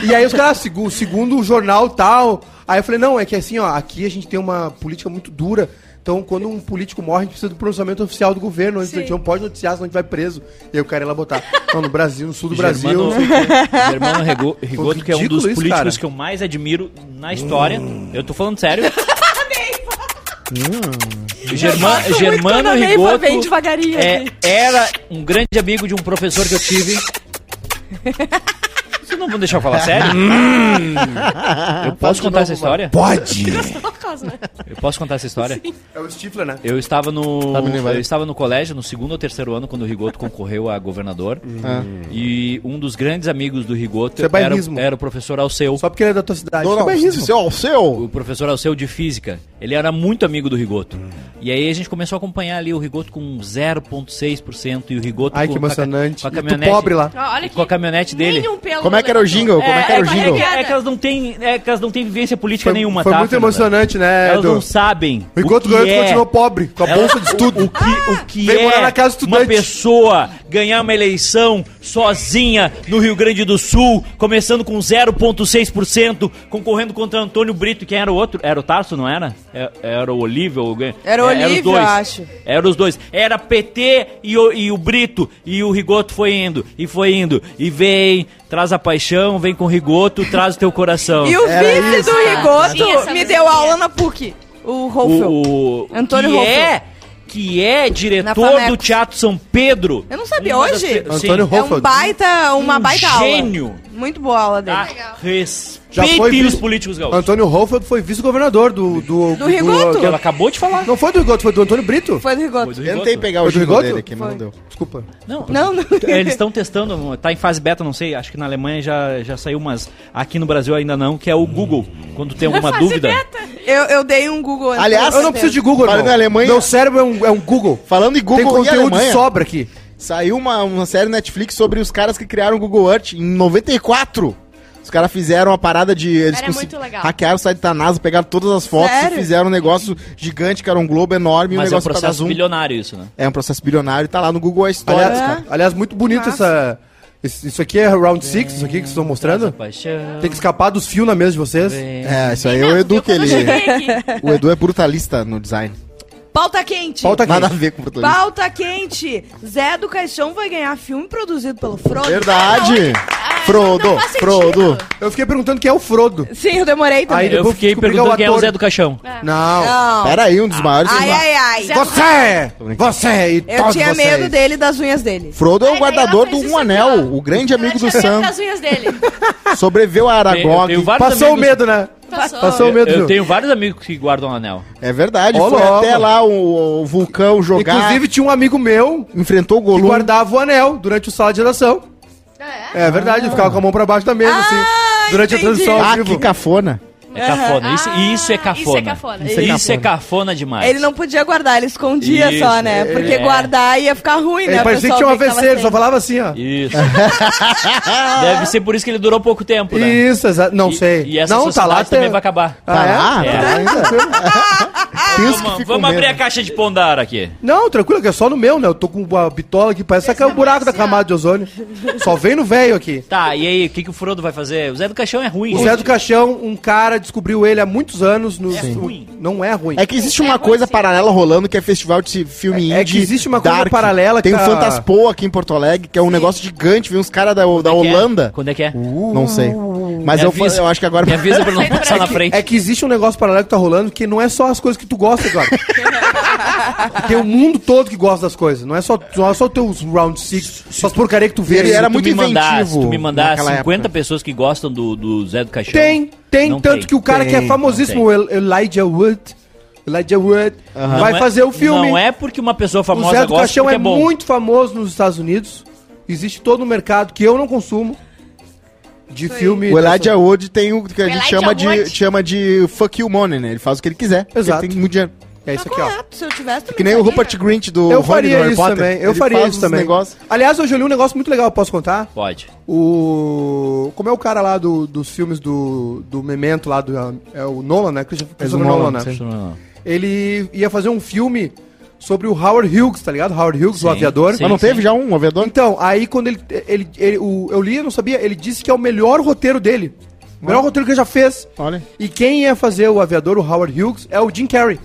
A: e aí os caras, segu- segundo o jornal tal. Aí eu falei, não, é que assim, ó, aqui a gente tem uma política muito dura. Então, quando um político morre, a gente precisa do pronunciamento oficial do governo. A gente, a gente não pode noticiar, senão a gente vai preso. E aí o cara ia lá botar. Não, no Brasil, no sul do Brasil.
C: Germano, Germano Rego- Rigoto, que é um
A: Ridículo
C: dos
A: isso,
C: políticos
A: cara.
C: que eu mais admiro na história. Eu tô falando sério. Hum. Germa-
F: gosto muito quando
C: Germano
F: a Neiva
C: Rigoto
F: vem devagarinho
C: é-
F: aqui.
C: era um grande amigo de um professor que eu tive. Hum. Vocês não vão deixar eu falar sério? eu posso contar essa história?
A: Pode!
D: nós, né?
C: Eu posso contar essa história?
A: É o Stifler, né?
C: Eu estava no.
B: Tá me lembrando.
C: eu estava no colégio, no segundo ou terceiro ano, quando o Rigoto concorreu a governador. E um dos grandes amigos do Rigoto
A: Hum. Isso é
C: era,
A: bairrismo.
C: era o professor Alceu.
A: Só porque ele é da tua cidade.
B: Dona
A: Só é
B: Alceu,
A: isso.
B: seu Alceu.
C: O professor Alceu de Física. Ele era muito amigo do Rigoto.
A: Hum.
C: E aí a gente começou a acompanhar ali o Rigoto com 0,6% e o Rigoto
A: Ai,
C: com,
A: que
C: com a ca-
A: emocionante.
C: Com a,
A: E tu
C: caminhonete.
A: pobre lá.
D: Ó, Olha
C: E com a caminhonete dele.
D: Nenhum pelo
B: Como é que era o
D: levantou.
B: jingle? Como é que era o
D: é-
B: jingle?
C: que, é que elas não têm, é que elas não têm vivência política
A: Foi,
C: nenhuma,
A: foi
C: tá?
A: muito
C: Fernanda?
A: emocionante, né,
C: Elas
A: Edu?
C: não sabem.
A: O Enquanto o
C: que
A: Garoto
C: é-
A: continuou pobre, com a
C: Ela-
A: bolsa de estudo.
C: O que, o que
A: Vem morar
C: é
A: na casa do
C: uma
A: estudante.
C: pessoa ganhar uma eleição sozinha no Rio Grande do Sul, começando com 0,6%, concorrendo contra Antônio Brito, quem era o outro? Era o Tarso, não era? É- Era o Olívio? ou alguém-
E: Era o
C: É,
E: Olívio,
C: os dois.
E: eu acho.
C: Era os dois. Era PT e o, e o Brito. E o Rigoto foi indo, e foi indo. E vem, traz a paixão, vem com o Rigoto, traz o teu coração.
E: E o
A: Era
E: vice
A: isso.
E: do
D: Tinha essa
E: Rigoto me deu
D: musiquinha.
E: aula na PUC. O Rolfel.
C: o, o
E: Antônio
C: que
E: Rofel.
C: é que é
E: Na
C: diretor
E: Famex.
C: do Teatro São Pedro.
E: Eu não sabia,
C: Uma das
E: hoje?
C: pe- Sim. Um
A: Antônio
E: É um
A: Hoffa.
E: baita, uma baita aula.
C: Hum, gênio.
E: Muito boa a aula dele.
C: Tá?
A: Já foi
C: Respeitem os
A: vice-
C: políticos gaúchos.
A: Antônio Hoffman foi vice-governador do... Do, do
E: Rigoto?
C: Ela acabou de falar.
A: Não foi do Rigoto, foi do Antônio Brito.
E: Foi do Rigoto.
C: Foi do
B: Tentei
C: Rigoto.
B: pegar o
A: Foi do
B: jingle
A: Rigoto?
B: dele aqui, mas não deu.
A: Desculpa.
C: Não, É,
E: Não, não.
C: Eles estão testando, tá em fase beta, não sei, acho que na Alemanha já, já saiu, mas aqui no Brasil ainda não, que é o Google. Quando tem alguma dúvida.
E: Eu, eu dei um Google. antes.
B: Aliás,
A: Eu não preciso de Google,
B: Falando
A: irmão.
B: em Alemanha-
A: Meu cérebro é um, é um Google.
B: Falando em
A: Tem
B: Google e
A: conteúdo
B: Alemanha,
A: sobra aqui.
B: saiu uma, uma série Netflix sobre os caras que criaram o Google Earth em 94. Os caras fizeram a parada de. Eles
D: Era
B: consi-
D: muito legal.
B: Hackearam o site da NASA, pegaram todas as fotos
E: Sério?
B: e fizeram um negócio gigante, que era um globo enorme e
C: Mas
B: o
C: é um
B: negócio
A: tá
B: pra dar
C: processo
B: zoom.
C: bilionário isso, né?
B: É um processo bilionário e tá lá no Google a história
A: Aliás,
B: dos caras.
A: cara, aliás, muito bonito essa... esse- Isso aqui é Round six, isso aqui que vocês estão mostrando.
C: Paixão.
A: Tem que escapar dos fios na mesa de vocês.
B: É, isso aí é
D: Não,
B: o
D: tu
B: Edu
D: viu
B: que
D: quando eu
B: ele.
D: cheguei aqui?
B: O Edu é brutalista no design.
F: Pauta quente.
A: Falta aqui.
B: Nada a ver com brutalista.
F: Pauta quente. Zé do Caixão vai ganhar filme produzido pelo Frodo.
B: Verdade! Frodo,
D: não faz
B: Frodo.
D: sentido.
A: Eu fiquei perguntando quem é o Frodo.
E: Sim, eu demorei também.
A: Aí
C: Eu
A: depois
C: fiquei
A: descobri que
C: perguntando
A: o
C: quem é o
A: ator.
C: Zé do Caixão.
A: Não.
E: Não.
B: Pera aí, um
D: Ah.
B: dos maiores.
E: Ai, ai, ai.
D: Zé-
A: Você! Você e
E: Eu
A: todos
E: tinha
A: vocês.
E: medo dele e das unhas dele.
B: Frodo é o
D: Aí daí ela
B: guardador do
D: fez
B: Um
D: isso aqui,
B: Anel,
D: ó.
B: o grande amigo do
D: Ela tinha medo
B: Sam.
D: das unhas dele.
B: Sobreviveu a
C: Eu
B: Aragog.
C: tenho vários
A: Passou o
C: amigos-
A: medo, né?
D: Passou.
A: Passou o medo.
C: Eu
A: viu?
C: tenho vários amigos que guardam o anel.
B: É verdade,
A: Ô,
B: foi
A: louco.
B: até lá o, o vulcão jogar.
A: Inclusive, tinha um amigo meu
B: enfrentou o
A: que
B: Golum.
A: guardava o anel durante o sala de redação.
D: É.
A: É verdade, ele ficava com a mão pra baixo da mesa, assim, durante a
E: entendi.
A: transição ao
B: Ah,
A: vivo.
B: que cafona.
C: É cafona. Isso, e isso é
D: Ah,
C: cafona.
D: isso é cafona.
C: Isso é
B: Isso é
C: cafona, demais.
E: Ele não podia guardar, ele escondia
C: Isso,
E: só, né? Porque
C: é.
E: guardar ia ficar
F: Ah,
E: ruim, né?
A: Ele
E: O
A: parecia que
E: pessoal
A: tinha um
E: vê tava
A: AVC, ele só
E: sem.
A: falava assim, ó.
C: Isso. Deve ser por isso que ele durou pouco tempo, né?
A: Isso, exato. Não
C: E-
A: sei.
C: E essa
A: não, tá lá
C: sociedade também
A: até-
C: vai acabar.
A: Ah, é?
B: Tá lá?
A: Tá
C: É.
A: lá ainda?
B: Tem uns que
C: Vamos,
B: ficam
C: vamos abrir a
B: mesmo.
C: caixa de pondar aqui.
A: Não, tranquilo, que é só no meu, né? Eu tô com a bitola aqui, parece que é o buraco da camada de ozônio. Só vem no velho aqui.
C: Tá, e aí, o que, que o Frodo vai fazer? O Zé do Caixão é ruim.
A: O Zé do Caixão, um cara descobriu ele há muitos anos. No...
C: É ruim.
A: Não é ruim.
B: É que existe uma coisa paralela rolando que é festival de filme indie.
A: É- é que existe uma coisa
B: dark.
A: paralela que
B: Tem o
A: tá-
B: Fantaspoa aqui em Porto Alegre, que é um negócio gigante, vem uns caras da, da
C: Quando é que é?
B: Holanda.
C: Quando é que é?
A: Uh.
B: Não sei. Mas
C: Me
B: eu,
C: avisa.
B: eu acho que agora.
C: Me avisa pra não passar na frente.
A: É que existe um negócio paralelo que tá rolando que não é só as coisas que tu gosta, cara. Tem o mundo todo que gosta das coisas. Não é só, não é só teus round six, só as porcaria que tu vê.
B: Ele
A: aí.
B: era
C: tu
B: muito
C: me mandar,
B: inventivo
C: se tu me mandar
B: naquela
C: 50
B: época.
C: pessoas que gostam do, do Zé do Caixão.
A: Tem, tem.
C: Não
A: tanto
C: tem.
A: que o cara que é
C: Tem,
A: famosíssimo,
C: não
A: o El- Elijah Wood, Elijah Wood,
C: Não
A: vai
C: é-
A: fazer o filme.
C: Não é porque uma pessoa
A: o
C: famosa
A: Zé do
C: gosta
A: Caixão
C: porque é
A: é,
C: bom.
A: muito famoso nos Estados Unidos. Existe todo um mercado que eu não consumo de filme.
B: O Elijah Wood tem o que a gente
D: Elijah
B: chama de,
D: Wood.
B: chama de fuck you money, né? Ele faz o que ele quiser. porque
A: Exato.
B: Ele tem muito dinheiro.
A: É isso aqui, ó.
F: Tá Correto, se eu tivesse também
B: Que nem o
F: faria.
B: Rupert Grint do
A: Eu
B: Rony do
A: faria
B: Harry
A: isso
B: Potter.
A: também. Eu
B: Ele
A: faria
B: faz
A: isso
B: uns
A: também.
B: negócios.
A: Aliás, hoje eu li um negócio muito legal, posso contar?
C: Pode.
A: O. Como é o cara lá do- dos filmes do, do Memento lá do. É o Nolan, né? Christopher, Christopher Nolan,
B: Nolan,
A: né?
B: sim.
A: Ele ia fazer um filme sobre o Howard Hughes, tá ligado? Howard Hughes, o
C: Sim,
A: aviador.
C: sim.
B: Mas não teve já um aviador?
A: Então, aí quando ele. ele, ele- o, eu li, eu não sabia, ele disse que é o melhor roteiro dele. O melhor roteiro que ele já fez.
B: Olha.
A: E quem ia fazer o aviador, o Howard Hughes, é o Jim Carrey.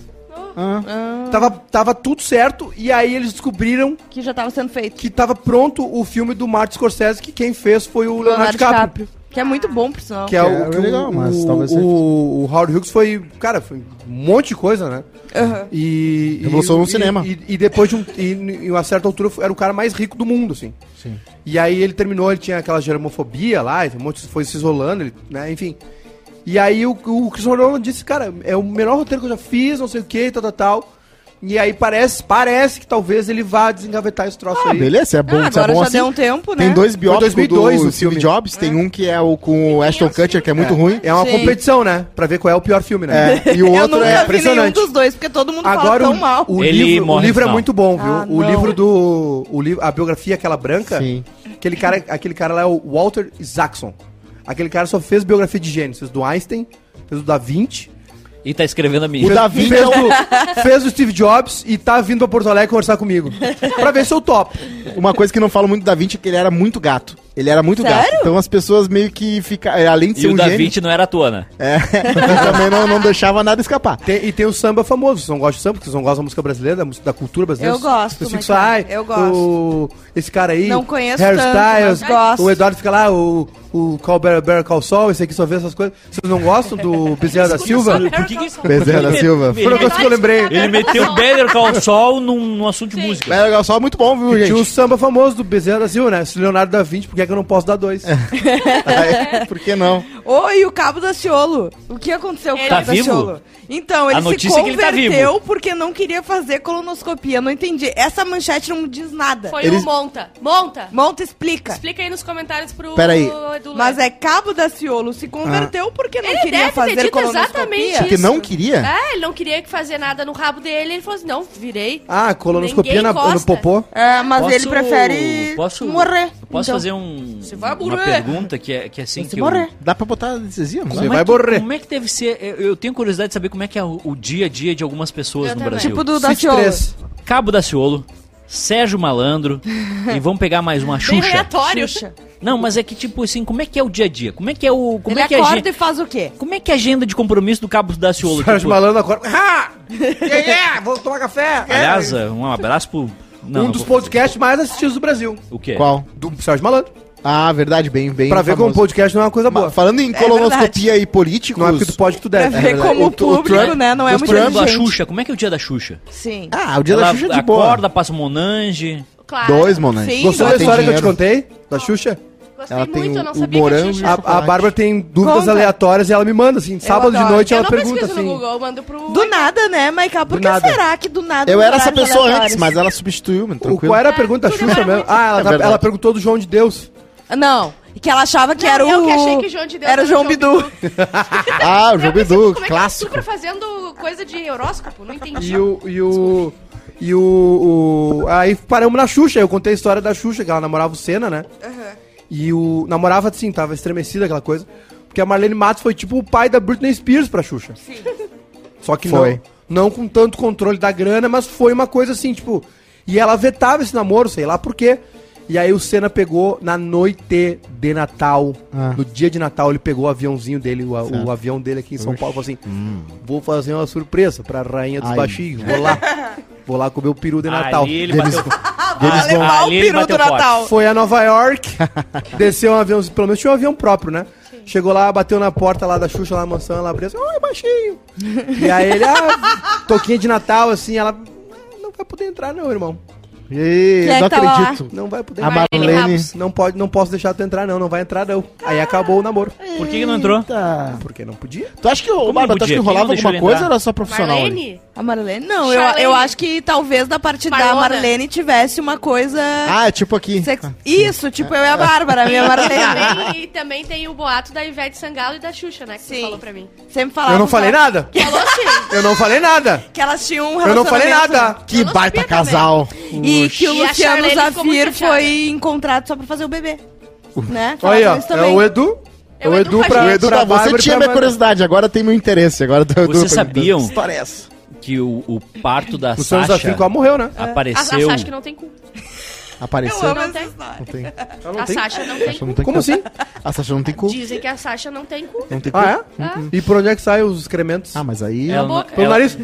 A: Tava, tava tudo certo, e aí eles descobriram
F: Que já tava sendo feito.
A: que tava pronto o filme do Martin Scorsese, que quem fez foi o Leonardo, DiCaprio.
F: Que é muito bom, por sinal.
A: Que é,
B: É,
A: o que
B: legal,
A: o,
B: mas talvez
A: o,
B: seja-
A: o Howard Hughes foi, cara, foi um monte de coisa, né? E, e-
B: Revolucionou o
A: e-
B: cinema.
A: E, e depois de um, e, em uma certa altura era o cara mais rico do mundo, assim.
B: Sim.
A: E aí ele terminou, ele tinha aquela germofobia lá, e um monte- foi se isolando, ele, né? Enfim. E aí o, o Christopher Nolan disse, cara, é o melhor roteiro que eu já fiz, não sei o que, tal, tal, tal. E aí parece, parece que talvez ele vá desengavetar esse troço
B: Ah,
A: aí.
B: beleza, é bom,
F: Ah,
B: isso é
F: agora
B: bom
F: já
B: assim.
F: deu um tempo, né?
B: Tem dois biópicos
A: 2002
B: do Steve
A: o filme.
B: Jobs, tem um que é o com o Ashton
F: assim?
B: Kutcher, que é muito ruim.
A: É uma
E: Sim.
A: competição, né? Pra ver qual é o pior filme, né?
B: É, e o
F: Eu
B: outro é
F: nunca vi nenhum
A: impressionante.
F: dos dois, porque todo mundo fala
A: Agora
F: tão
A: o,
F: mal.
A: o
C: Ele
A: livro, o
C: morre no
A: livro é
C: final.
A: muito bom, viu?
F: Ah,
A: o
F: não.
A: livro do o livro, a biografia aquela branca,
B: Sim.
A: aquele cara, aquele cara lá é o Walter Isaacson. Aquele cara só fez biografia de gênio, fez do Einstein, fez do Da Vinci,
C: E tá escrevendo a
B: O
C: minha.
B: da Vinci é
A: fez
B: o-
A: do, fez do Steve Jobs e tá vindo pra Porto Alegre conversar comigo. pra ver se eu topo.
B: Uma coisa que não falo muito do Da Vinci é que ele era muito gato. Ele era muito gato. Então as pessoas meio que fica é, além de
C: E
B: ser
C: o
B: um
C: Da
B: gênio,
C: Vinci não era à toa, né?
B: é, ele também não, não deixava nada escapar.
A: Tem- e tem o samba famoso. Vocês não gostam de samba, porque vocês não gostam da música brasileira, da, música- da cultura brasileira.
F: Eu gosto,
A: Vocês ficam
F: mas
A: só,
F: tá,
A: ai,
F: eu gosto.
A: o- esse cara aí.
F: Não conheço
A: Harry
F: tanto,
A: Styles,
F: mas gosto.
A: O Eduardo fica lá, o, o Call Bear, Bear Call Sol, esse aqui só vê essas coisas. Vocês não gostam do Bezerra da Silva?
C: Por que que isso-
B: Bezerra da É Silva.
A: Foi uma coisa que eu lembrei.
C: Ele
D: tá?
C: meteu Better Call Saul num, num assunto de música.
B: Better Call Saul é muito bom, viu,
A: E
B: gente?
A: tinha o samba famoso do Bezerra da Silva, né? Se Leonardo da Vinci, por que, é que eu não posso dar dois?
B: Aí, Por que não?
F: Ô, e o Cabo da Ciolo? O que aconteceu com o
D: Ele
F: Cabo
C: tá vivo?
F: Daciolo? Então, ele
C: A
F: se
C: notícia é que ele tá
F: converteu
C: vivo.
F: porque não queria fazer colonoscopia. Não entendi. Essa manchete não diz nada.
D: Foi
B: Eles-
D: um monta. Monta!
F: Monta explica.
D: Explica aí nos comentários pro
B: Pera aí.
D: Edu
F: Mas
D: Leco.
F: é Cabo da Ciolo se
A: Ah.
F: converteu porque não
D: Ele deve
F: queria
D: ter
F: fazer
D: dito
F: colonoscopia.
D: exatamente
B: Porque
D: Isso.
B: não queria?
D: É, ele não queria que fazer nada no rabo dele, ele falou assim, não, virei.
A: Ah, colonoscopia
D: Ninguém
A: na, no
D: gosta.
A: popô.
F: É, mas
C: Posso-
F: ele prefere
C: posso,
F: morrer.
C: Posso
F: Então,
C: fazer um,
F: vai
C: uma
F: morrer.
C: pergunta que é, que é assim que eu-
B: Dá pra botar anestesia? não
A: Você
B: dá?
A: vai
C: que-
A: morrer.
C: Como é que deve ser? Eu, eu tenho curiosidade de saber como é que é o, o dia a dia de algumas pessoas
D: Eu
C: no
D: também.
C: Brasil.
F: Tipo do
A: City
F: Daciolo.
A: três.
C: Cabo Daciolo, Sérgio Malandro e vamos pegar mais uma
D: Bem
C: Xuxa.
D: aleatório.
C: Não, mas é que tipo assim, como é que é o dia a dia? Como é que é o como
F: Ele
C: é que é a
F: acorda
C: agen-
F: e faz o quê?
C: como é que é a agenda de compromisso do Cabo Daciolo?
A: Sérgio
C: Tipo,
A: Malandro agora. Ah! É, é, vou tomar café. É.
C: aliás, um abraço pro não,
A: um
C: não
A: dos
C: vou-
A: podcasts mais assistidos do Brasil.
C: O quê?
B: Qual?
A: Do Sérgio Malandro.
B: Ah, verdade, bem, bem.
A: pra ver como
B: famoso.
A: podcast não é uma coisa boa.
B: Ma- Falando em colonoscopia e políticos.
A: Não é porque tu pode que tu deve.
F: Pra ver
B: verdade.
F: como
B: O-
F: o,
B: o
F: público,
B: Trump-
F: né, não é
C: Os
F: muito
C: programas da
F: inteligente.
C: Xuxa, como é que é o dia da Xuxa?
F: Sim.
B: Ah, o dia da
C: Ela
B: Xuxa é de boa.
C: acorda, passa um monange.
D: Claro.
B: Dois, Monange.
F: Sim.
A: Gostou
B: Ela
A: da
B: tem
A: história que eu te
B: dinheiro.
A: contei? Da Xuxa?
D: Gostei
B: Ela tem
D: muito, eu
B: o-
D: não
B: o
D: sabia
B: morango Ah,
D: que
B: e
D: tinha
A: A,
D: Xuxa.
A: a
B: chocolate.
A: Bárbara tem dúvidas
F: Conta.
A: aleatórias e ela me manda, assim. Sábado de
F: adoro.
A: noite
D: Eu
A: ela
D: não
A: pergunta,
D: pesquiso no
A: assim.
D: Google, eu mando pro...
F: Do nada, né, Maiká?
A: Do
F: Por que
A: nada.
F: será que do nada...
B: Eu
F: nos
B: era essa
F: horários
B: pessoa
F: aleatórios?
B: antes, mas ela substituiu-me,
A: O,
B: tranquilo.
A: qual era a pergunta da
D: tudo
A: Xuxa
D: era
A: mesmo?
D: muito-
A: Ah, ela,
B: É
A: tá-
B: verdade.
A: ela perguntou do João de Deus.
F: Não, que ela achava que
D: Não,
F: era o...
D: eu que achei que João de Deus
F: Era o
D: era
F: João
D: João
F: Bidu.
B: Ah, o
D: Eu
B: João
D: pensei,
B: Bidu,
D: como é que tá
B: clássico.
D: super fazendo coisa de horóscopo? Não entendi.
A: E o. E o. E o, o- Aí paramos na Xuxa. Eu contei a história da Xuxa, que ela namorava o Senna, né? E o. Namorava assim, tava estremecida aquela coisa. Porque a Marlene Matos foi tipo o pai da Britney Spears pra Xuxa. Sim. Só que
B: Foi.
A: não. Não com tanto controle da grana, mas foi uma coisa assim, tipo. E ela vetava esse namoro, sei lá por quê. E aí o Senna pegou na noite de Natal.
B: Ah.
A: No dia de Natal, ele pegou o aviãozinho dele, o, a- o
B: Certo. Hum.
A: avião dele aqui em São Paulo, falou assim: vou fazer uma surpresa pra rainha dos
B: Ai.
A: baixinhos, vou lá. Vou lá coou meu peru de Natal.
C: Ali ele bateu.
B: Eles vão-
F: levar o
C: Ali ele
F: peru
C: bateu
F: do
C: forte.
F: Natal.
A: Foi a Nova York, desceu um avião, pelo menos tinha um avião próprio, né? Chegou lá, bateu na porta lá da Xuxa, lá na mansão, ela abriu assim, oi, baixinho. E aí ele, ah, toquinha de Natal, assim, ela, não vai poder entrar não, irmão.
B: Ih,
F: Quem é
B: não
F: que tava lá?
B: acredito.
A: Não vai poder
B: A
A: entrar.
D: Marlene
B: Marlene.
D: Ramos.
A: Não, pode, não posso deixar tu entrar não, não vai entrar não. Aí acabou o namoro.
C: Por que, que não entrou?
B: Tá.
A: Porque não podia.
B: Tu acha que, o
C: Como
B: Bárbara, tu acha
C: podia?
B: que
C: Quem
B: rolava
C: não deixou
B: alguma
C: ele
B: coisa
C: entrar?
B: ou era só profissional? ali?
D: Marlene?
F: A Marlene? Não, eu,
D: Charlene.
F: eu acho que talvez da parte da
D: Marlona.
F: Marlene tivesse uma coisa...
B: Ah, é tipo aqui.
F: sex- Isso, tipo eu e a Bárbara, minha Marlene.
D: Também- e também tem o boato da Ivete Sangalo e da Xuxa, né? Que você
F: Sim.
D: falou pra mim.
F: Sempre falava
A: Eu não falei nada.
D: Falou sim.
A: Eu não falei nada.
F: que elas tinham um
A: Eu não falei
F: relacionamento, né?
A: nada.
B: Que
D: Eu não
B: baita
D: sabia também.
B: casal.
F: E que o
D: E a
F: Luciano
D: Charlene ficou
F: Zafir
D: muito chateada.
F: foi encontrado só pra fazer o bebê. Né?
A: Olha
F: Falaram
A: aí,
F: isso
A: ó. É o Edu. É o Edu pra.
B: O Edu,
A: pra
B: tá, você
A: Bárbara e
B: tinha
A: pra
B: minha curiosidade, agora tem meu interesse. Agora tô,
C: Vocês sabiam
B: Parece.
C: que o, o parto da
A: O Sandro Zafir
C: Sasha
A: quase morreu, né?
D: A, a
C: apareceu?
D: Sasha que não tem cu.
B: Apareceu.
F: Eu amo
D: Não
F: essa
D: tem.
F: história.
B: Não tem. A
D: A Sasha não tem
B: Sasha
D: cu.
B: não tem
A: Como
B: cu.
A: assim?
B: A Sasha não tem cu.
D: Dizem que a Sasha não tem cu.
B: Não tem cu.
A: Ah, é? E por onde é que saem os excrementos?
B: Ah, mas aí...
C: Ela não-
A: Pelo
C: ela-
A: nariz?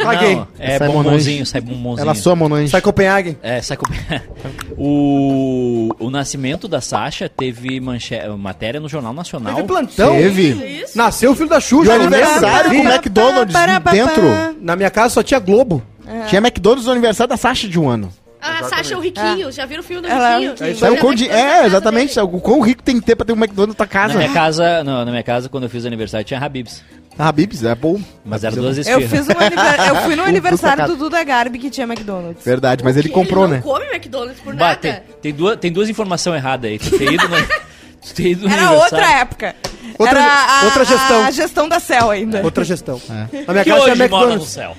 A: Caguei.
C: Não, é
B: Sai
C: bombonzinho,
B: monange.
C: sai bombonzinho.
B: Ela sua monange.
A: Sai Copenhague.
C: É, sai com... o, o nascimento da Sasha teve manche... matéria no Jornal Nacional.
A: Teve plantão.
B: Teve.
A: Nasceu o filho da
B: E o
A: Xuxa.
B: aniversário é
A: né?
B: com o McDonald's
F: Pará, pará,
B: dentro.
F: pará.
A: Na minha casa só tinha Globo.
B: Tinha McDonald's no aniversário da Sasha de um ano.
D: A Sasha é o riquinho. Já viram o filme do
E: Ela é o
D: riquinho?
E: riquinho.
A: isso
B: É,
A: aí.
B: o quão di- é, exatamente. O quão rico tem que ter pra ter um McDonald's na tua
C: Na
B: casa.
C: minha casa, não, na minha casa, quando eu fiz aniversário, tinha Habibs.
B: Ah, Bibs, é bom.
C: Mas eram duas
E: Eu,
C: esfirras.
E: fiz um aniver- eu fui no
B: O
E: aniversário
B: Duda
E: do Duda Garbi que tinha McDonald's.
B: Verdade, mas ele
D: Que
B: comprou,
D: ele
B: né?
D: não come McDonald's por
C: Bah,
D: nada.
C: tem, tem duas, tem duas informações erradas aí. Tu ter ido no, tu ter ido no
E: Era
C: aniversário.
E: outra época.
A: Outra-
E: Era a,
A: outra gestão.
E: A gestão da Cell
B: É.
E: ainda.
A: Outra gestão. A minha
C: Que
A: casa é
C: hoje mora no
A: McDonald's.
C: céu.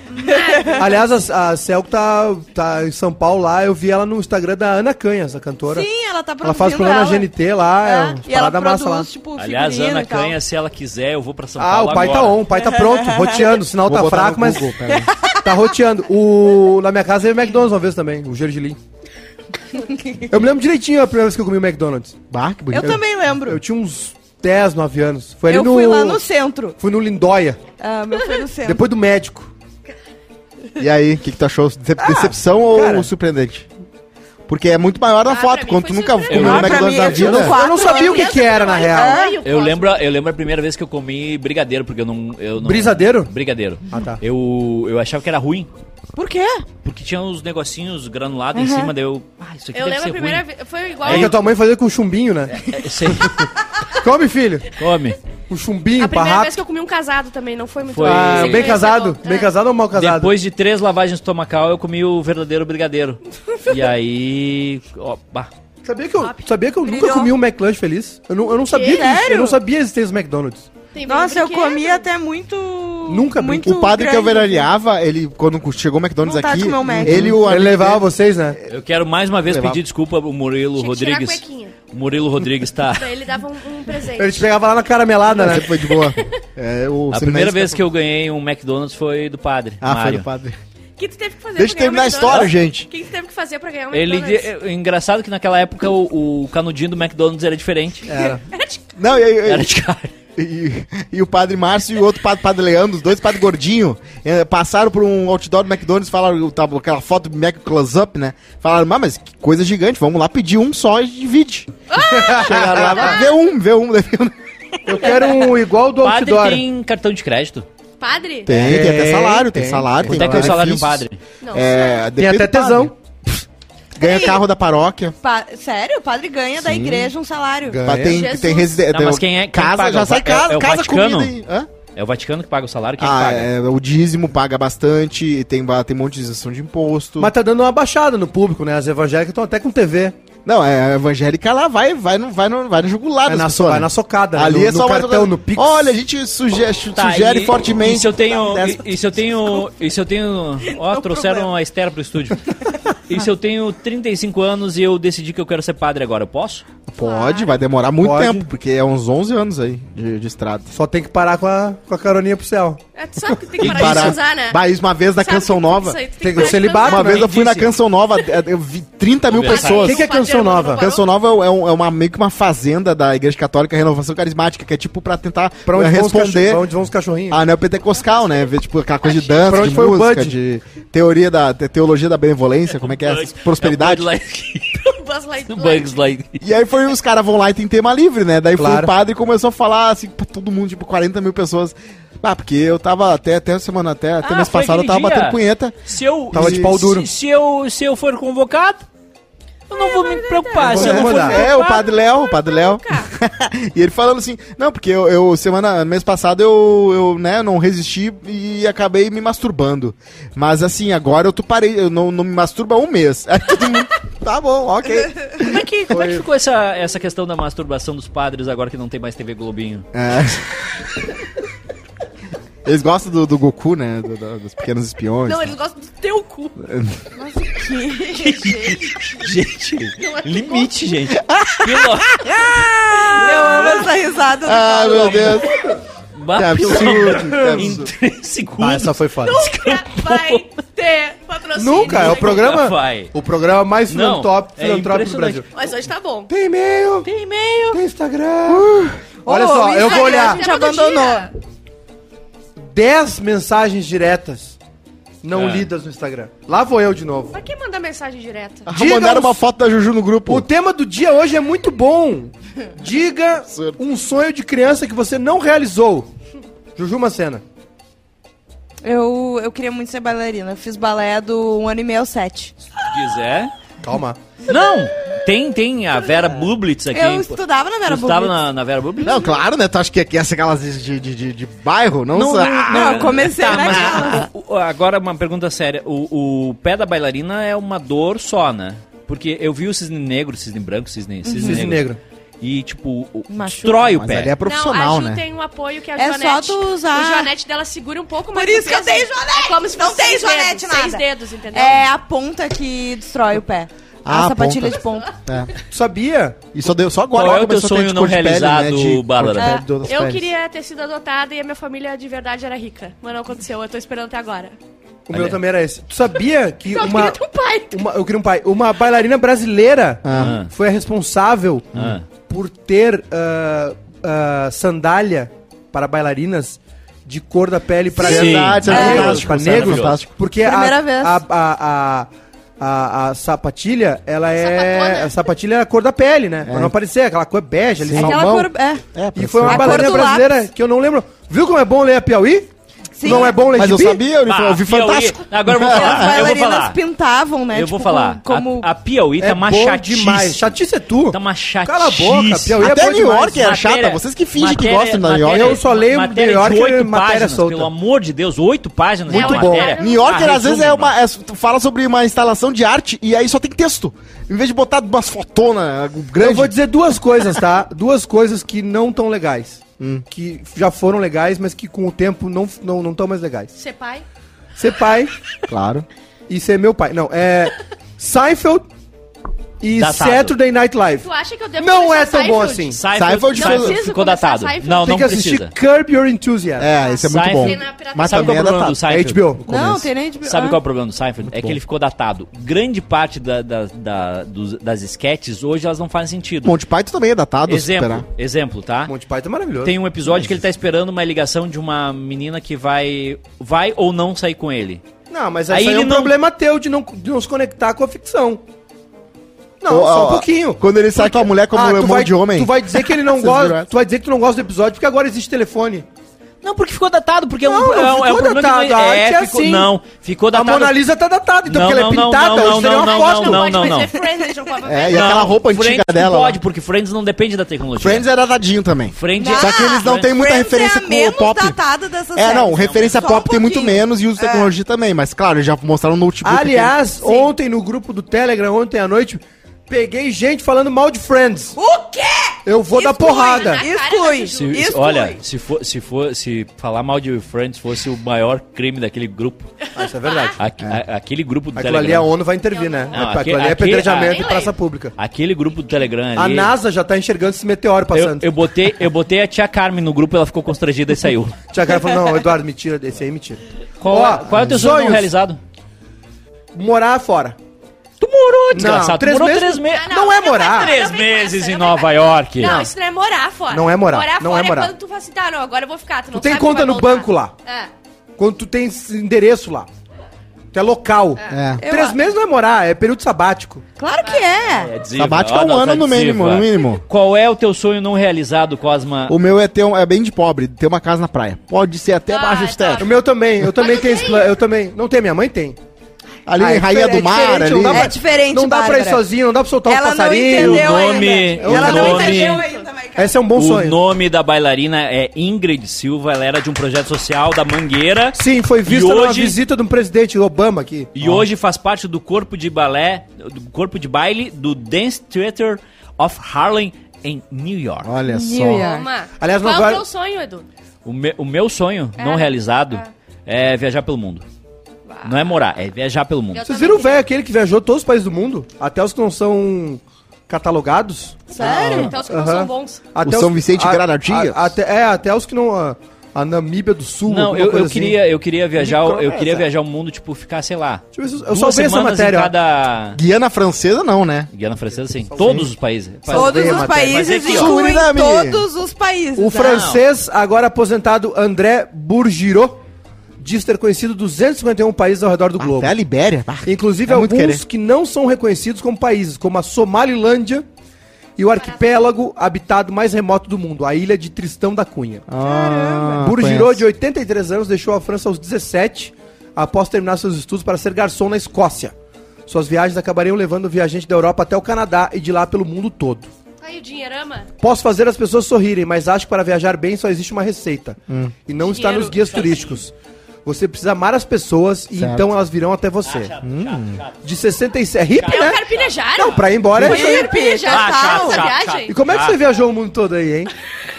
A: Aliás, a, a Celco tá, tá em São Paulo lá, eu vi ela no Instagram da Ana Canhas, a cantora.
F: Sim, ela tá
A: ela faz programa na GNT lá, é,
E: Ah,
A: umas
E: e ela
A: parada
E: produz,
A: massa lá.
E: tipo,
C: Aliás,
E: figurino
C: Ana
E: e tal.
C: Canha, se ela quiser, eu vou pra São
A: Ah,
C: Paulo
A: o pai
C: agora.
A: tá on, o pai tá pronto, roteando, o sinal
B: Vou
A: tá
B: botar no
A: fraco, mas
B: Google, peraí.
A: tá roteando. O, na minha casa veio McDonald's uma vez também, o gergelim. Eu me lembro direitinho a primeira vez que eu comi o McDonald's.
B: Bah, que
E: Eu
B: bonito.
E: também lembro.
A: Eu tinha uns 10, 9 anos. Foi ali
E: eu
A: no,
E: fui lá no centro.
A: Fui no Lindóia,
E: Ah, meu foi no centro.
A: depois do médico.
B: E aí, o que, que tu achou? Dece- decepção ou
A: cara.
B: surpreendente? Porque é muito maior na
D: Ah,
B: foto,
D: pra mim
B: quando
D: foi
B: tu nunca comeu
D: surpreendente.
B: no
C: Ah, pra
B: McDonald's
E: mim,
B: da
E: eu tinha
B: vida.
E: no quarto.
A: Eu um não sabia o que, que era, na
E: Ah.
A: real.
C: Eu lembro, eu lembro a primeira vez que eu comi brigadeiro, porque eu não. Eu não
A: Brisadeiro?
C: Brigadeiro.
A: Ah, tá.
C: Eu, eu achava que era ruim,
E: Por quê?
C: porque tinha uns negocinhos granulados em cima, daí eu. Ah, isso aqui
D: Eu
C: deve
D: lembro
C: ser
D: a primeira
C: ruim.
D: vez. Foi igual.
A: É que a tua mãe fazia com chumbinho, né?
C: É, sei.
E: É.
A: Come, filho.
C: Come.
A: Com chumbinho,
D: A primeira
A: parrapo.
D: vez que eu comi um casado também, não foi muito
C: Foi-
A: Ah,
C: Sim.
A: bem casado.
E: É.
A: Bem casado ou mal casado?
C: Depois de três lavagens estomacal, eu comi o verdadeiro brigadeiro. e aí. Ó, bah.
A: Sabia que eu, sabia que eu nunca
E: Brilhou.
A: comi um McLunch feliz? Eu não, eu não sabia que, isso- eu não sabia a existência do McDonald's.
F: Nossa, eu comi até muito.
A: Nunca brinquei.
F: muito
B: O padre
A: é
B: que eu
F: grande.
B: velhareava, ele, quando chegou o McDonald's
F: Vontade de
B: aqui,
F: comer um Mac.
B: ele e o
A: Ele
B: amigo
A: levava
B: dele-
A: vocês, né?
C: Eu quero mais uma vez
B: Levar.
C: pedir desculpa ao Murilo
D: Tinha que tirar a
C: Rodrigues.
D: cuequinha.
C: O Murilo Rodrigues tá.
D: Pra ele dava um, um presente.
A: Ele te pegava lá na caramelada, né?
B: Sempre foi de boa. É, o
C: A
B: seminarista-
C: primeira vez que eu ganhei um McDonald's foi do padre.
B: Ah, foi
C: Mário.
B: do padre.
D: O que tu teve que fazer
B: Deixa eu
D: pra ganhar
B: terminar a
D: um
B: história,
D: McDonald's?
B: gente.
D: O que tu teve que fazer pra ganhar um
C: Ele,
D: McDonald's?
C: é, é engraçado que naquela época o, o canudinho do McDonald's era diferente.
A: Era.
B: Não, e, e-
C: Era de cara.
B: e- e o padre Márcio e o outro padre, padre Leandro, os dois padre gordinho, eh, passaram por um outdoor do McDonald's, falaram tá, aquela foto do Mac Close Up, né? Falaram, "Ah, mas que coisa gigante, vamos lá pedir um só e divide. Chegaram lá, "Ah, vê um, vê um, vê um.
A: Eu quero um igual do
C: Padre
A: outdoor.
C: tem cartão de crédito.
B: Tem,
D: Padre?
B: tem, até
A: Tem,
B: salário, tem,
A: tem.
B: salário,
C: Quanto é que é o salário de um
B: benefícios.
C: padre?
D: Não.
B: É,
A: Tem
B: depende
A: até
B: do padre.
A: tesão.
B: Ganha carro da paróquia.
E: Pa- Sério? O padre ganha da igreja um salário.
A: Ganha.
B: Mas tem,
D: Jesus.
B: tem residência.
C: É. Não, mas quem é- quem
B: casa,
C: paga?
B: já sai
C: É-
B: casa,
C: é o
B: casa
C: Vaticano?
B: comida. E, hã?
C: É o Vaticano que paga o salário, quem
B: Ah,
C: paga?
B: é, o dízimo paga bastante, tem, ba- tem um monte de isenção de imposto.
A: Mas tá dando uma baixada no público, né? As evangélicas estão até com TV.
B: Não, é a evangélica lá, vai, vai, no, vai, no, vai no jugular
A: É
B: das
A: na, so,
B: pessoas,
A: vai
B: né?
A: na socada, né?
B: Ali
A: no,
B: é só
A: no
B: mais
A: cartão,
B: uma-
A: no Pix.
B: Olha, a gente sugere,
C: Tá,
B: sugere
C: e-
B: fortemente.
C: E se eu tenho.
B: Dá-
C: E, e se eu tenho. E se eu tenho.
B: É
C: Ó,
B: um
C: trouxeram a Esther pro estúdio. e se eu tenho 35 anos e eu decidi que eu quero ser padre agora, eu posso?
B: Pode, vai demorar muito
A: Pode.
B: tempo, porque é uns 11 anos aí de, de estrada.
A: Só tem que parar com a, com a caroninha pro céu.
D: É, tu sabe que tem que
B: E
D: parar de usar, né?
B: Bah, isso uma vez na
D: Sabe
B: Canção
D: que tem
B: Nova.
D: isso aí, tá tu
A: Tem
D: parar
A: que
D: de
A: ser libado,
D: usar.
B: Uma vez eu
C: Quem
B: fui na
C: disse?
B: Canção Nova, é, eu vi 30 mil
D: Tá,
C: Vou ver.
B: pessoas.
A: O que que é
D: O padeiro
A: Canção
D: não
A: Nova?
D: parou?
B: Canção Nova é, um- é uma, meio que uma fazenda da Igreja Católica Renovação Carismática, que é tipo pra tentar
A: Pra onde,
B: eh,
A: vão os, cachorro,
B: responder
A: pra onde vão os cachorrinhos?
B: a neopentecostal, Ah, né? Ver, tipo, aquela coisa de dança,
A: Pra onde
B: de
A: foi o
B: música,
A: Bud?
B: de teoria da te- teologia da benevolência, como é que é? Prosperidade.
C: É o Bud Light-
D: Buzz Light-
C: do Bugs Light.
B: E aí foi os caras vão lá e tem tema livre, né? Daí foi
A: Claro.
B: o padre e começou a falar assim pra todo mundo, tipo, 40 mil pessoas. Ah, porque eu tava até, até semana, até, até
C: Ah,
B: mês
C: foi
B: passado, eu
C: aquele
B: tava
C: dia.
B: batendo punheta.
C: Se eu.
A: Tava de
C: se-
A: pau duro.
C: Se, se eu, se eu for convocado, eu
E: É,
C: não vou me preocupar. Se eu não for
A: mandar.
B: É, o
C: convocado-
B: Padre Léo, o Padre Léo. e ele falando assim, não, porque eu, eu semana, mês passado eu, eu, né, não resisti e acabei me masturbando. Mas assim, agora eu tô parei, eu não, não me masturbo há um mês. Aí todo mundo, tá bom, ok.
C: Como é que, como é que ficou essa, essa questão da masturbação dos padres agora que não tem mais TV Globinho?
B: É. Eles gostam do, do Goku, né, do- do- dos pequenos espiões.
D: Não, eles gostam do teu cu.
C: Gente, limite, gente. Pelo...
E: Eu amo essa risada do
B: Ah,
E: Paulo.
B: meu Deus. Que
C: Bah, pelo-
B: absurdo, que
C: Em
B: absurdo.
C: 3
A: Ah,
C: segundos.
A: essa foi foda.
D: Vai ter patrocínio.
A: Nunca, é o programa,
C: Vai.
A: o programa mais
C: Não,
A: filantrópico,
C: é
A: filantrópico do Brasil.
D: Mas hoje tá bom.
A: Tem e-mail,
C: Tem e-mail. Uh.
A: tem Instagram. Olha só, eu vou
E: Instagram,
A: olhar.
E: A gente abandonou.
A: 10 mensagens diretas não
C: É.
A: lidas no Instagram. Lá vou eu de novo.
D: Pra que mandar mensagem direta?
B: Ah, Mandaram
A: os-
B: uma foto da Juju no grupo.
A: O tema do dia hoje é muito bom. Diga
B: Absurdo.
A: um sonho de criança que você não realizou. Juju Macena.
E: Eu, eu queria muito ser bailarina. Eu fiz balé do um ano e meio ao sete.
C: quiser.
A: Calma.
C: Não! Tem, tem a Vera Bublitz aqui.
E: Eu estudava na Vera
C: Estava
E: Bublitz.
C: na, na Vera Bublitz?
B: Não, claro, né? Tu acha que aqui é essa aquelas de, de, de, de bairro? Não, Ah,
C: Não,
B: sa-
C: não,
E: Não, eu comecei
C: Tá, mas
E: naquela.
C: o- o- agora uma pergunta séria. O, o pé da bailarina é uma dor só, né? Porque eu vi o cisne negro, cisne branco,
E: Uhum.
C: cisne, cisne,
A: Cisne
C: negro.
A: negro.
C: E, tipo, o, destrói o
B: Mas
C: pé. Ah,
B: ali é profissional,
D: não, a Ju
B: né?
D: tem um apoio que é a
E: É só
D: Joanete.
E: tu usar.
D: O Joanete dela segura um pouco mais.
E: Por isso
D: o
E: que eu
D: peso.
E: dei Joanete!
D: É como se
E: Não
D: fosse
E: tem
D: seis
E: Joanete
D: dedos,
E: nada.
D: Seis dedos, entendeu?
E: É a ponta que destrói o pé.
B: Ah,
E: a
B: a
E: sapatilha
B: ponta.
E: de ponta.
B: É.
A: Tu sabia?
B: E só, deu, só agora
C: Qual é o
B: começou
C: teu
B: a ter
C: sonho
B: de
C: não
B: cor de pele, né,
C: realizado,
B: de cor de
C: Bárbara?
B: pele de outras
D: Eu
B: peles.
D: queria ter sido adotada e a minha família de verdade era rica. Mas não aconteceu, eu tô esperando até agora.
A: O
C: Olha.
A: meu também era esse. Tu sabia que
D: Então
A: uma,
D: eu queria ter um pai.
A: uma- Eu queria um pai. Uma bailarina brasileira
B: Ah.
A: foi a responsável
C: Ah.
A: por ter ah, ah, sandália para bailarinas de cor da pele para
C: Sim.
B: Verdade, isso é
C: É.
B: fantástico.
A: Pra
B: isso é
A: negros,
B: fantástico.
A: Porque a,
E: Primeira vez.
A: A, a, a, a- a sapatilha, ela é.
D: Sapatona.
A: A sapatilha é a cor da pele, né? Pra não aparecer aquela cor bege ali,
B: Sim.
A: salmão.
E: Aquela cor. É.
B: É,
A: E
B: parece
A: foi uma
B: ser-
E: cor
A: bailarina
E: do
A: brasileira
E: lápis.
A: que eu não lembro. Viu como é bom ler a Piauí?
E: Sim.
A: Não é bom ler
B: Mas eu
A: gibi?
B: sabia, eu
C: Bah,
B: ouvi
C: Ah, Piauí. É
B: fantástico.
C: Agora Ah, eu vou
E: E as
C: falar. Eu vou
E: bailarinas
C: falar.
E: pintavam, né?
C: Eu
E: tipo,
C: vou falar.
E: com- Como.
C: A, a Piauí tá
A: É
C: uma
A: bom
C: chatice.
A: demais. Chatice é tu.
C: Tá uma chatice.
A: Cala a boca, Piauí é
B: Até
A: bom
B: New
A: demais.
B: York é chata. Vocês que fingem que
C: matéria-
B: gostam da New York.
C: matéria-
A: eu só leio
C: matéria
A: New York
C: de oito
A: matéria
C: páginas,
A: solta.
C: Pelo amor de Deus, oito páginas.
A: Muito
C: uma
A: bom.
C: matéria.
B: New Yorker,
C: Ah,
B: às vezes,
C: resumo,
B: é uma. é- tu fala sobre uma instalação de arte e aí só tem texto. Em vez de botar umas fotonas grandes.
A: Eu vou dizer duas coisas, tá? duas coisas que não tão legais. Que já foram legais, mas que com o tempo não estão não, não tão mais legais.
D: Ser pai?
A: Ser pai
B: Claro.
A: e ser meu pai. Não, é. Seinfeld e
C: Datado.
A: Saturday Night Live.
D: Tu acha que eu devo
A: Não
D: começar
A: é tão bom
D: Seinfeld?
A: assim.
C: Seinfeld,
B: Seinfeld
C: Seinfeld
B: foi-
C: ficou datado.
D: Preciso começar
C: Não,
A: Tem
C: não
A: que assistir
C: precisa.
A: Curb Your Enthusiasm.
B: É, esse é muito bom.
C: Seinfeld.
B: Mas também
C: Sabe qual é o
B: é
C: problema
B: datado.
C: do Seinfeld?
A: HBO. no
E: Não,
A: começo.
E: tem nem de.
C: Sabe
E: ah.
C: qual é o problema do Seinfeld? é que ele ficou datado. Grande parte da- da- da- dos- das sketches hoje elas não fazem sentido.
B: Monty Python também é datado. se
C: exemplo,
B: esperar.
C: exemplo, tá?
A: Monty Python é maravilhoso.
C: Tem um episódio que ele tá esperando uma ligação de uma menina que vai vai ou não sair com ele.
A: Não, mas
C: Aí
A: aí,
C: ele
A: é um
C: não-
A: problema teu de não, de não se conectar com a ficção. Não,
B: Ou,
A: só
B: ó,
A: um pouquinho.
B: Quando ele sai com a mulher como
A: Ah,
B: um
A: tu
B: monte
A: vai,
B: de homem.
A: Tu vai dizer que ele não
B: Vocês viram
A: gosta.
B: essa?
A: Tu vai dizer que tu não gosta do episódio porque agora existe telefone.
C: Não, porque ficou datado, porque é um,
A: Não, não
C: é um- é um
A: ficou
C: problema
A: datado,
C: que não-
A: a
C: é,
A: arte é
C: ficou-
A: assim.
C: não, ficou
A: A
C: datado.
A: Mona Lisa tá datada, então
C: Não,
A: porque ela é
C: não, não,
A: pintada,
C: não,
A: hoje seria
C: não,
A: uma
C: não,
A: foto.
C: não,
D: Pode
C: não, não.
D: fazer Friends, João Paulo.
B: É, e
C: Não,
B: aquela roupa antiga
C: Friends tu
B: dela. lá.
C: pode, porque Friends não depende da tecnologia.
B: Friends é datadinho também.
C: Friends
B: Só que eles não têm muita
E: Friends
B: referência
E: é a
B: com o
E: menos
B: pop.
E: datada
A: Tá
E: dessas
B: É,
A: então.
B: não,
E: séries.
B: referência
E: Só um
B: pop tem muito
E: pouquinho.
B: menos e uso de tecnologia também, mas claro, eles já mostraram no notebook.
A: É. Aliás, ontem no grupo do Telegram, ontem à noite, peguei gente falando mal de Friends.
E: O quê?
A: Eu vou dar porrada.
D: né?
E: Exclui.
C: Se-
E: Exclui.
C: se- olha, se for, se for, se falar mal de Friends fosse o maior crime daquele grupo,
A: Ah, isso é verdade.
C: aque- a- aquele grupo do
A: Aquilo ali a
C: Telegram,
A: ONU vai intervir, né?
C: Não,
A: Aquilo
C: aqui-
A: ali é
C: aqui-
A: apedrejamento
C: ah,
A: e praça pública.
C: aquele grupo do Telegram
A: A
C: ali,
A: NASA já tá enxergando esse meteoro
C: eu,
A: passando.
C: eu botei, eu botei a tia Carmen no grupo, ela ficou constrangida e saiu.
A: Tinha cara falando, não, Eduardo, me tira desse aí, me tira.
C: Qual,
A: Ó,
C: qual é o teu sonho não
A: sonhos.
C: realizado?
A: Morar fora.
C: Tu morou, desgraçado.
A: desgraçado.
C: Não,
A: Tu morou três
C: meses.
A: Não, é morar.
C: Três
D: Ah, Não vem com
C: meses
D: essa,
C: em
D: não vem
C: Nova
D: com-
C: York.
D: Não, isso não é morar fora.
A: Não é morar,
D: Morar
A: não
D: fora
A: é morar.
D: quando tu fala assim, tá, não, agora eu vou ficar. Tu não
A: Tu tem
D: sabe quando
A: conta
D: vai
A: no
D: voltar.
A: banco lá.
D: É.
A: Quando tu tem esse endereço lá. Tu é local.
B: É.
E: Eu
A: Três
E: a-
A: meses não é morar, é período sabático.
E: Claro que é.
C: É diva,
B: Sabático é
C: olha
B: um
C: a
B: ano
C: nossa
B: no mínimo,
C: diva.
B: no mínimo.
C: Qual é o teu sonho não realizado, Cosma?
B: O meu é ter um, é bem de pobre, ter uma casa na praia. Pode ser até
D: Ah,
B: baixo de
D: tá.
A: O
B: teto.
A: meu também, eu também
D: não
A: tenho
D: tem.
A: esse plano. Eu também. Não tem, minha mãe tem.
B: Ali
A: Ah,
B: em
A: é
B: Rainha
A: diferente,
B: do Mar,
A: é
B: ali.
A: diferente, não dá
E: É diferente,
A: Não dá pra ir
E: Bárbara.
A: sozinho, não dá pra soltar um
E: Ela não
A: passarinho.
E: entendeu
C: O
E: ainda.
C: nome-
E: Ela
A: o
E: não
A: nome-
E: entendeu ainda, Maica.
A: Esse é um bom
C: O
A: sonho.
C: nome da bailarina é Ingrid Silva, ela era de um projeto social da Mangueira
A: Sim, foi vista
C: E
A: numa
C: hoje-
A: visita de um presidente Obama aqui.
C: e hoje faz parte do corpo de balé, do corpo de baile do Dance Theater of Harlem em New York.
B: Olha
E: New
B: só.
E: York.
D: Toma.
A: Aliás,
D: Qual
A: não
D: é o
A: vai-
D: teu sonho, Edu?
C: O, me- o meu sonho não
D: É.
C: realizado é viajar pelo mundo. Não é morar, é viajar pelo mundo.
D: Eu
A: Vocês
D: também
A: viram o
D: queria.
A: velho aquele que viajou todos os países do mundo? Até os que não são catalogados?
D: Sério? Então os que não
A: Aham.
D: são bons.
A: Até
B: São Vicente Granadinhas?
A: a- até, é, até os que não. A, a Namíbia do Sul.
C: Não,
A: alguma
C: eu,
A: coisa
C: eu
A: assim.
C: queria, eu queria viajar, eu queria
A: Micronesa.
C: viajar o mundo, tipo, ficar, sei lá.
A: Deixa eu ver se eu- eu
C: duas
A: salvei essa
C: semanas em
A: matéria. ó.
C: Cada...
B: Guiana Francesa não, né?
C: Guiana Francesa, sim. Todos os países.
E: Todos
A: Salvei a
E: os
A: matéria. assim,
E: países
C: Mas é que, ó,
E: incluem
B: Suriname.
E: todos os países.
A: O
E: né?
A: francês, agora aposentado André Bourgirot, diz ter conhecido 251 países ao redor do globo.
B: Até a Libéria. Ah,
A: Inclusive
B: é muito
A: alguns
B: querer.
A: que não são reconhecidos como países, como a Somalilândia e o arquipélago habitado mais remoto do mundo, a ilha de Tristão da Cunha.
B: Ah,
A: Bourgirot,
B: conheço.
A: de 83 anos, deixou a França aos 17, após terminar seus estudos para ser garçom na Escócia. Suas viagens acabariam levando o viajante da Europa até o Canadá e de lá pelo mundo todo.
D: Aí o dinheirama?
A: Posso fazer as pessoas sorrirem, mas acho que para viajar bem só existe uma receita.
C: Hum.
A: E não está
D: Dinheiro
A: nos guias
D: sozinho.
A: turísticos. Você precisa amar as pessoas e
B: Certo.
A: então elas virão até você.
C: Chato, chato.
A: De 67. É hippie,
D: É um
A: né?
D: carpinejário?
A: Não, pra ir embora é
D: Foi um
A: hippie.
D: carpinejário,
C: Ah, chato,
D: essa
C: chato,
D: viagem?
A: E como é que você viajou o mundo todo aí, hein?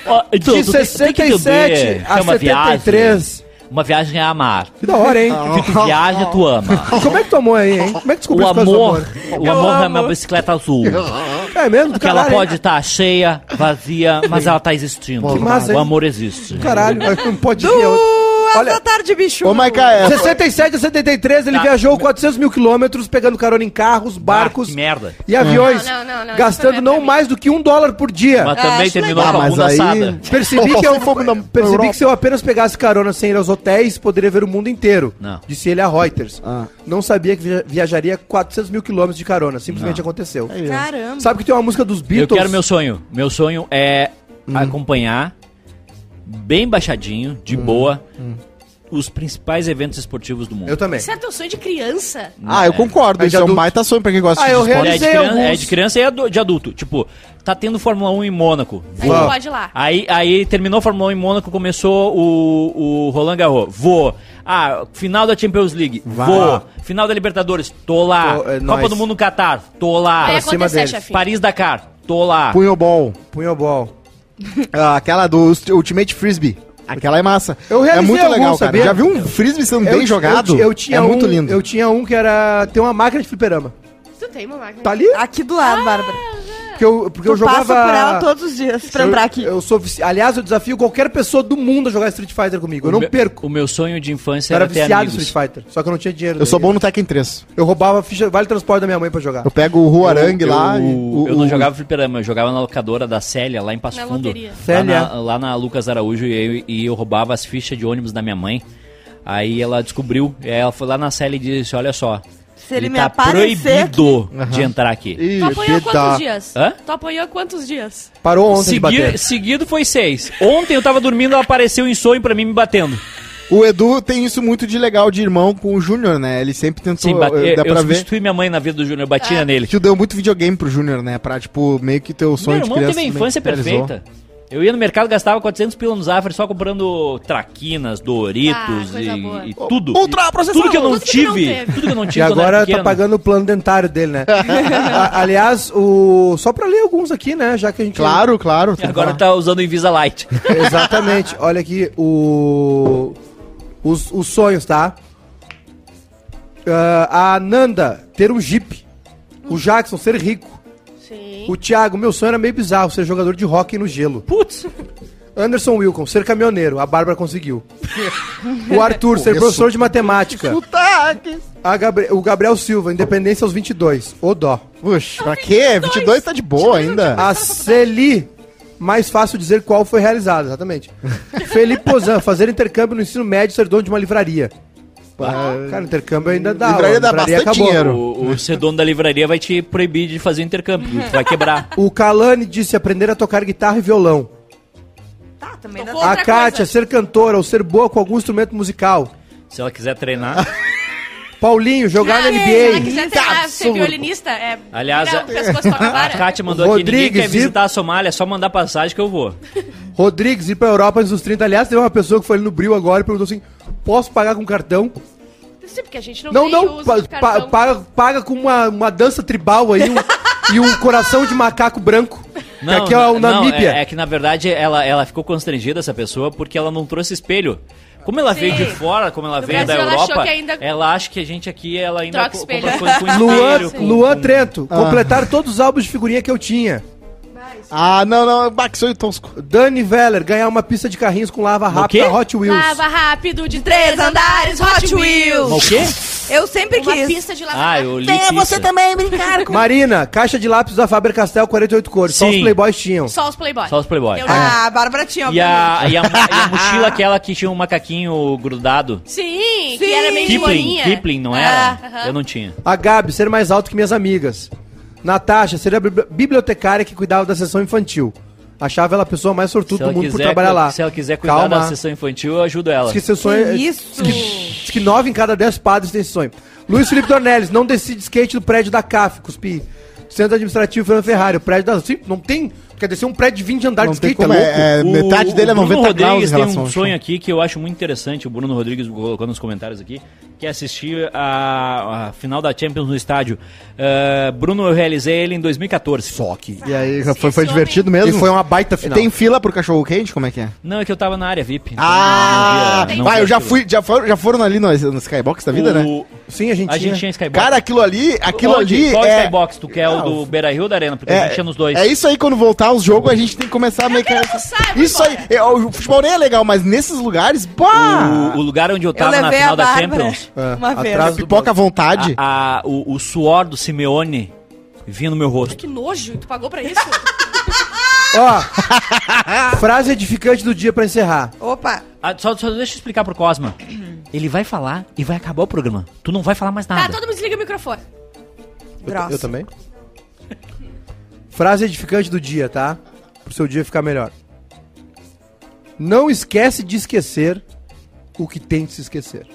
C: Ó, então, tu tem
A: De
C: que- tu tem que
A: 67
C: entender que
A: a
C: é uma Viagem,
A: 73.
C: uma viagem é amar.
A: Que da hora, hein?
C: Tu que viaja, tu ama.
A: E como é que tu amou aí, hein? Como é que
C: O
A: descobriu as coisas do
C: amor, o amor é uma bicicleta azul.
A: É mesmo? do
C: Que ela
A: caralho,
C: pode
A: hein?
C: estar cheia, vazia, mas ela tá existindo.
A: Que massa,
C: o
A: hein?
C: amor existe. Ah,
A: Caralho, não pode ver outro.
E: Olha...
A: Olha,
E: da tarde, bicho.
B: Ô, Maica, é,
A: 67 a 73 ele
C: Tá.
A: viajou 400 mil quilômetros pegando carona em carros,
C: Ah,
A: barcos
C: que merda.
A: e aviões,
D: Não, não, não, não,
A: gastando
D: isso não
A: não
D: é pra
A: mais do que um dólar por dia.
C: Mas também
E: acho
C: terminou
B: legal.
C: com
B: Ah,
C: a
B: mas
C: bunda
B: aí-
C: assada.
A: Percebi,
B: Ou
A: que, eu,
B: se for na- pra
A: percebi
B: Europa.
A: que se eu apenas pegasse carona sem ir aos hotéis, poderia ver o mundo inteiro.
C: Não.
A: Disse ele a Reuters.
B: Ah.
A: Não sabia que via- viajaria 400 mil quilômetros de carona. Simplesmente aconteceu.
B: É
E: Caramba.
A: Sabe que tem uma música dos
C: Eu
A: Beatles?
C: quero meu sonho. Meu sonho é acompanhar, bem baixadinho, de boa, os principais eventos esportivos do mundo.
A: Eu também.
D: Isso é teu sonho de criança?
B: Ah, eu concordo.
A: Aí
B: Isso
A: de
B: é um
A: adulto.
B: baita sonho pra quem gosta
A: Ah,
B: de
A: eu
B: esporte.
C: É de,
A: Realizei
C: criança,
A: alguns.
C: é de criança e ado- de adulto. Tipo, tá tendo Fórmula 1 em Mônaco.
D: Aí
A: Vou.
D: tu pode ir lá.
C: Aí, aí terminou a Fórmula 1 em Mônaco, começou o, o Roland Garros. Vou. Ah, final da Champions League.
B: Vai.
C: Vou. Final da Libertadores. Tô lá.
A: Tô, é,
C: Copa
A: nós.
C: do Mundo no Catar. Tô lá.
D: Vai
A: cima
D: acontecer,
A: deles.
D: é chefinho.
C: Paris Dakar. Tô lá.
B: Punhobol.
A: Punhobol.
B: Ah, aquela do Ust- Ultimate Frisbee. Aquela é massa.
A: Eu
B: é
A: realizei
B: muito
A: algum,
B: legal,
A: sabia?
B: cara. Já viu um frisbee sendo
A: Eu
B: bem
A: ti-
B: jogado?
A: Eu, ti- eu tinha
B: é
A: um,
B: muito lindo.
A: Eu tinha um que era ter uma máquina de fliperama.
D: Tu tem uma máquina.
A: Tá ali?
F: Ah.
E: Aqui do lado, Bárbara.
A: Porque eu, porque Ah. eu
E: Tu
A: jogava.
E: passa por ela todos os dias pra entrar aqui.
A: Eu, eu sou vici- Aliás, eu desafio qualquer pessoa do mundo a jogar Street Fighter comigo. Eu
C: O
A: não
C: meu-
A: perco.
C: O meu sonho de infância
A: Eu era
C: era, ter
A: viciado em
C: amigos.
A: Street Fighter. Só que eu não tinha dinheiro.
B: Eu sou
A: daí.
B: bom no Tekken 3.
A: Eu roubava ficha, vale transporte da minha mãe pra jogar.
B: Eu pego o Ruarang
C: eu,
B: lá. e
C: Eu,
B: o-
C: eu não
B: o-
C: jogava fliperama, eu jogava na locadora da Célia, lá em Passo
D: Na
C: Fundo.
D: loteria.
C: Lá
A: Célia.
C: na, lá na Lucas Araújo, e eu, e eu roubava as fichas de ônibus da minha mãe. Aí ela descobriu, e aí ela foi lá na Célia e disse: Olha só,
E: Se ele, me
C: tá
E: aparecer...
C: proibido de entrar aqui.
B: Ih,
D: Tu apoiou
B: pita.
D: quantos dias?
C: Hã?
D: Tu apoiou quantos dias?
A: Parou ontem de
C: Segui-
A: bater.
C: seguido foi seis. Ontem eu tava dormindo, ela apareceu em sonho pra mim me batendo.
B: O Edu tem isso muito de legal de irmão com o Júnior, né? Ele sempre tentou. eh,
C: Sim, bater.
B: dá pra
C: Eu,
B: ver.
C: substituí minha mãe na vida do Júnior, eu
E: É.
C: batia nele.
B: Que deu muito videogame pro Júnior, né? Pra, tipo, meio que teu sonho
C: Meu
B: de
C: irmão
B: criança.
C: teve a
B: também
C: infância
B: realizou.
C: perfeita. Eu ia no mercado, gastava 400 pila no Zafra só comprando traquinas,
D: Ah,
C: Doritos
D: coisa boa.
C: e, e tudo.
B: Ultra processado.
C: Tudo que eu não
D: Tudo que não
C: tive.
D: teve.
C: Tudo que eu não tive.
A: E
C: quando eu
A: agora
C: era pequeno.
A: tá pagando o plano dentário dele, né? A- aliás, o. Só pra ler alguns aqui, né? Já que a gente.
B: Claro, claro. Ah,
C: E agora tá usando o Invisalign.
A: Exatamente. Olha aqui, o. Os, os sonhos, tá? Ah, a Nanda, ter um Jeep. O Jackson, ser rico.
D: Sim.
A: O Thiago, meu sonho era meio bizarro, ser jogador de hóquei no gelo.
C: Putz.
A: Anderson Wilson, ser caminhoneiro. A Bárbara conseguiu. o Arthur, ser
B: Começou.
A: professor de matemática. A Gabri- o Gabriel Silva, independência aos 22. O dó.
B: Puxa, pra quê? 22 tá de boa ainda.
A: A Celi, mais fácil dizer qual foi realizada, exatamente. Felipe Pozan, fazer intercâmbio no ensino médio e ser dono de uma livraria.
B: Ah,
A: Cara, intercâmbio ainda dá.
B: Livraria
A: ó,
B: dá bastante dinheiro.
C: O, o ser dono da livraria vai te proibir de fazer intercâmbio. Tu vai quebrar.
A: O Kalani disse aprender a tocar guitarra e violão.
E: Tá, também dá...
D: Tocou outra
A: a Kátia,
D: coisa.
A: ser cantora ou ser boa com algum instrumento musical.
C: Se ela quiser treinar.
A: Paulinho, jogar na
D: Ah, Se ela
A: NBA.
D: quiser treinar, ser violinista, é.
C: Aliás,
D: virar
C: a-
D: o pescoço com a
C: A
D: vara.
C: Kátia mandou aqui. Ninguém
A: Rodrigues,
C: quer
A: e-
C: visitar a Somália, é só mandar passagem que eu vou.
A: Rodrigues, ir pra Europa antes dos 30. Aliás, teve uma pessoa que foi ali no Bril agora e perguntou assim: posso pagar com cartão?
D: Sim, porque a gente não,
A: Não,
D: tem
A: não,
D: uso
A: pa-
D: de
A: pa-
D: cartão.
A: paga, paga com uma, uma dança tribal aí um- e um coração de macaco branco. que aqui é o
C: não,
A: Namíbia.
C: é, é que na verdade ela, ela ficou constrangida, essa pessoa, porque ela não trouxe espelho. Como ela veio de fora, como ela
D: No
C: veio da
D: Brasil, ela achou
C: Europa,
D: que ainda-
C: ela acha que a gente aqui ela ainda
D: Troca
C: co-
D: espelho.
C: compra coisa com
A: Luan,
C: espelho. é com-
A: Luan
C: com-
A: Trento,
B: Ah.
A: completar todos os álbuns de figurinha que eu tinha.
B: Ah, não, não. Bah, que sonho tosco.
A: Dani Veller, ganhar uma pista de carrinhos com lava rápida
C: quê?
A: Hot Wheels.
D: Lava rápido de três andares, Hot Wheels.
C: Mas O quê?
E: Eu sempre
D: Uma
E: quis.
D: pista de lava
C: Ah, eu li
G: Venha
A: é
C: pizza.
G: você também brincar com
A: Marina, caixa de lápis da Faber-Castell 48 cores. Só
C: Sim.
A: os playboys tinham.
D: Só os Playboy.
C: Só os Playboy.
A: É.
D: Eu li.
E: Ah, a Bárbara tinha,
C: E
E: obviamente.
C: a, e, a, mo- e a mochila aquela que tinha um macaquinho grudado.
D: Sim, que
E: Sim.
D: era meio Ah, de
C: Kipling,
D: bolinha.
C: Kipling, não era? Eu não tinha.
A: A Gabi, ser mais alto que minhas amigas. Natasha, ser a bibli- bibliotecária que cuidava da sessão infantil. Achava ela a pessoa mais sortuda do mundo por trabalhar lá.
C: se ela quiser cuidar
A: Calma.
C: da sessão infantil, eu ajudo ela.
A: Diz que seu sonho é-
E: Isso.
A: Diz que, diz que 9 em cada 10 padres tem esse sonho. Luiz Felipe Dornelles, não decide skate do prédio da CAF, cuspi. Centro Administrativo Fernando Ferrari, o prédio da... Sim, não tem... Quer descer um prédio de 20 andares
B: Não
A: de
B: tem
A: skate, tá
B: como,
A: louco?
B: é, é, metade dele é 90 graus em
C: Rodrigues tem
B: relação
C: um
B: ao chão.
C: sonho aqui que eu acho muito interessante, o Bruno Rodrigues colocou nos comentários aqui, que é assistir a, a final da Champions no estádio. Ah, Bruno, eu realizei ele em 2014.
A: Só que...
B: é. E aí,
D: Esse
B: foi, foi
D: homem-
B: divertido mesmo?
A: E foi uma baita final.
B: Tem fila pro cachorro quente? Como é que é?
C: Não, é que eu tava na área VIP. então
B: Ah!
C: não via- não
B: Vai,
C: via
B: eu já
C: aquilo.
B: fui, já foram, já foram ali no, no Skybox da vida, né?
C: O-
A: Sim, a gente
C: A gente
A: tinha.
C: tinha Skybox.
B: Cara, aquilo ali, aquilo
C: Onde?
B: ali
C: Qual
B: é...
C: Skybox? Tu quer o do Beira Rio ou da Arena? Porque a gente tinha nos dois.
B: é isso aí, quando voltar os jogos, a gente tem que começar a meio que. Isso aí, é, o futebol nem é legal, mas nesses lugares, pá! Ah,
C: O, o lugar onde eu
F: Eu
C: tava na
F: levei a
C: final da
F: Bárbara
C: Champions,
F: uma vez.
A: atrás do-
B: pipoca à vontade.
C: a- a- o, o suor do Simeone vinha no meu rosto.
D: Que nojo, tu pagou pra isso?
A: Ó, frase edificante do dia pra encerrar.
F: Opa,
C: Ah, só, só deixa eu explicar pro Cosma. Ele vai falar e vai acabar o programa. Tu não vai falar mais
D: tá,
C: nada.
D: todo mundo desliga o microfone.
F: grossa.
A: Eu também. Frase edificante do dia, tá? Pro seu dia ficar melhor. Não esquece de esquecer o que tem de se esquecer.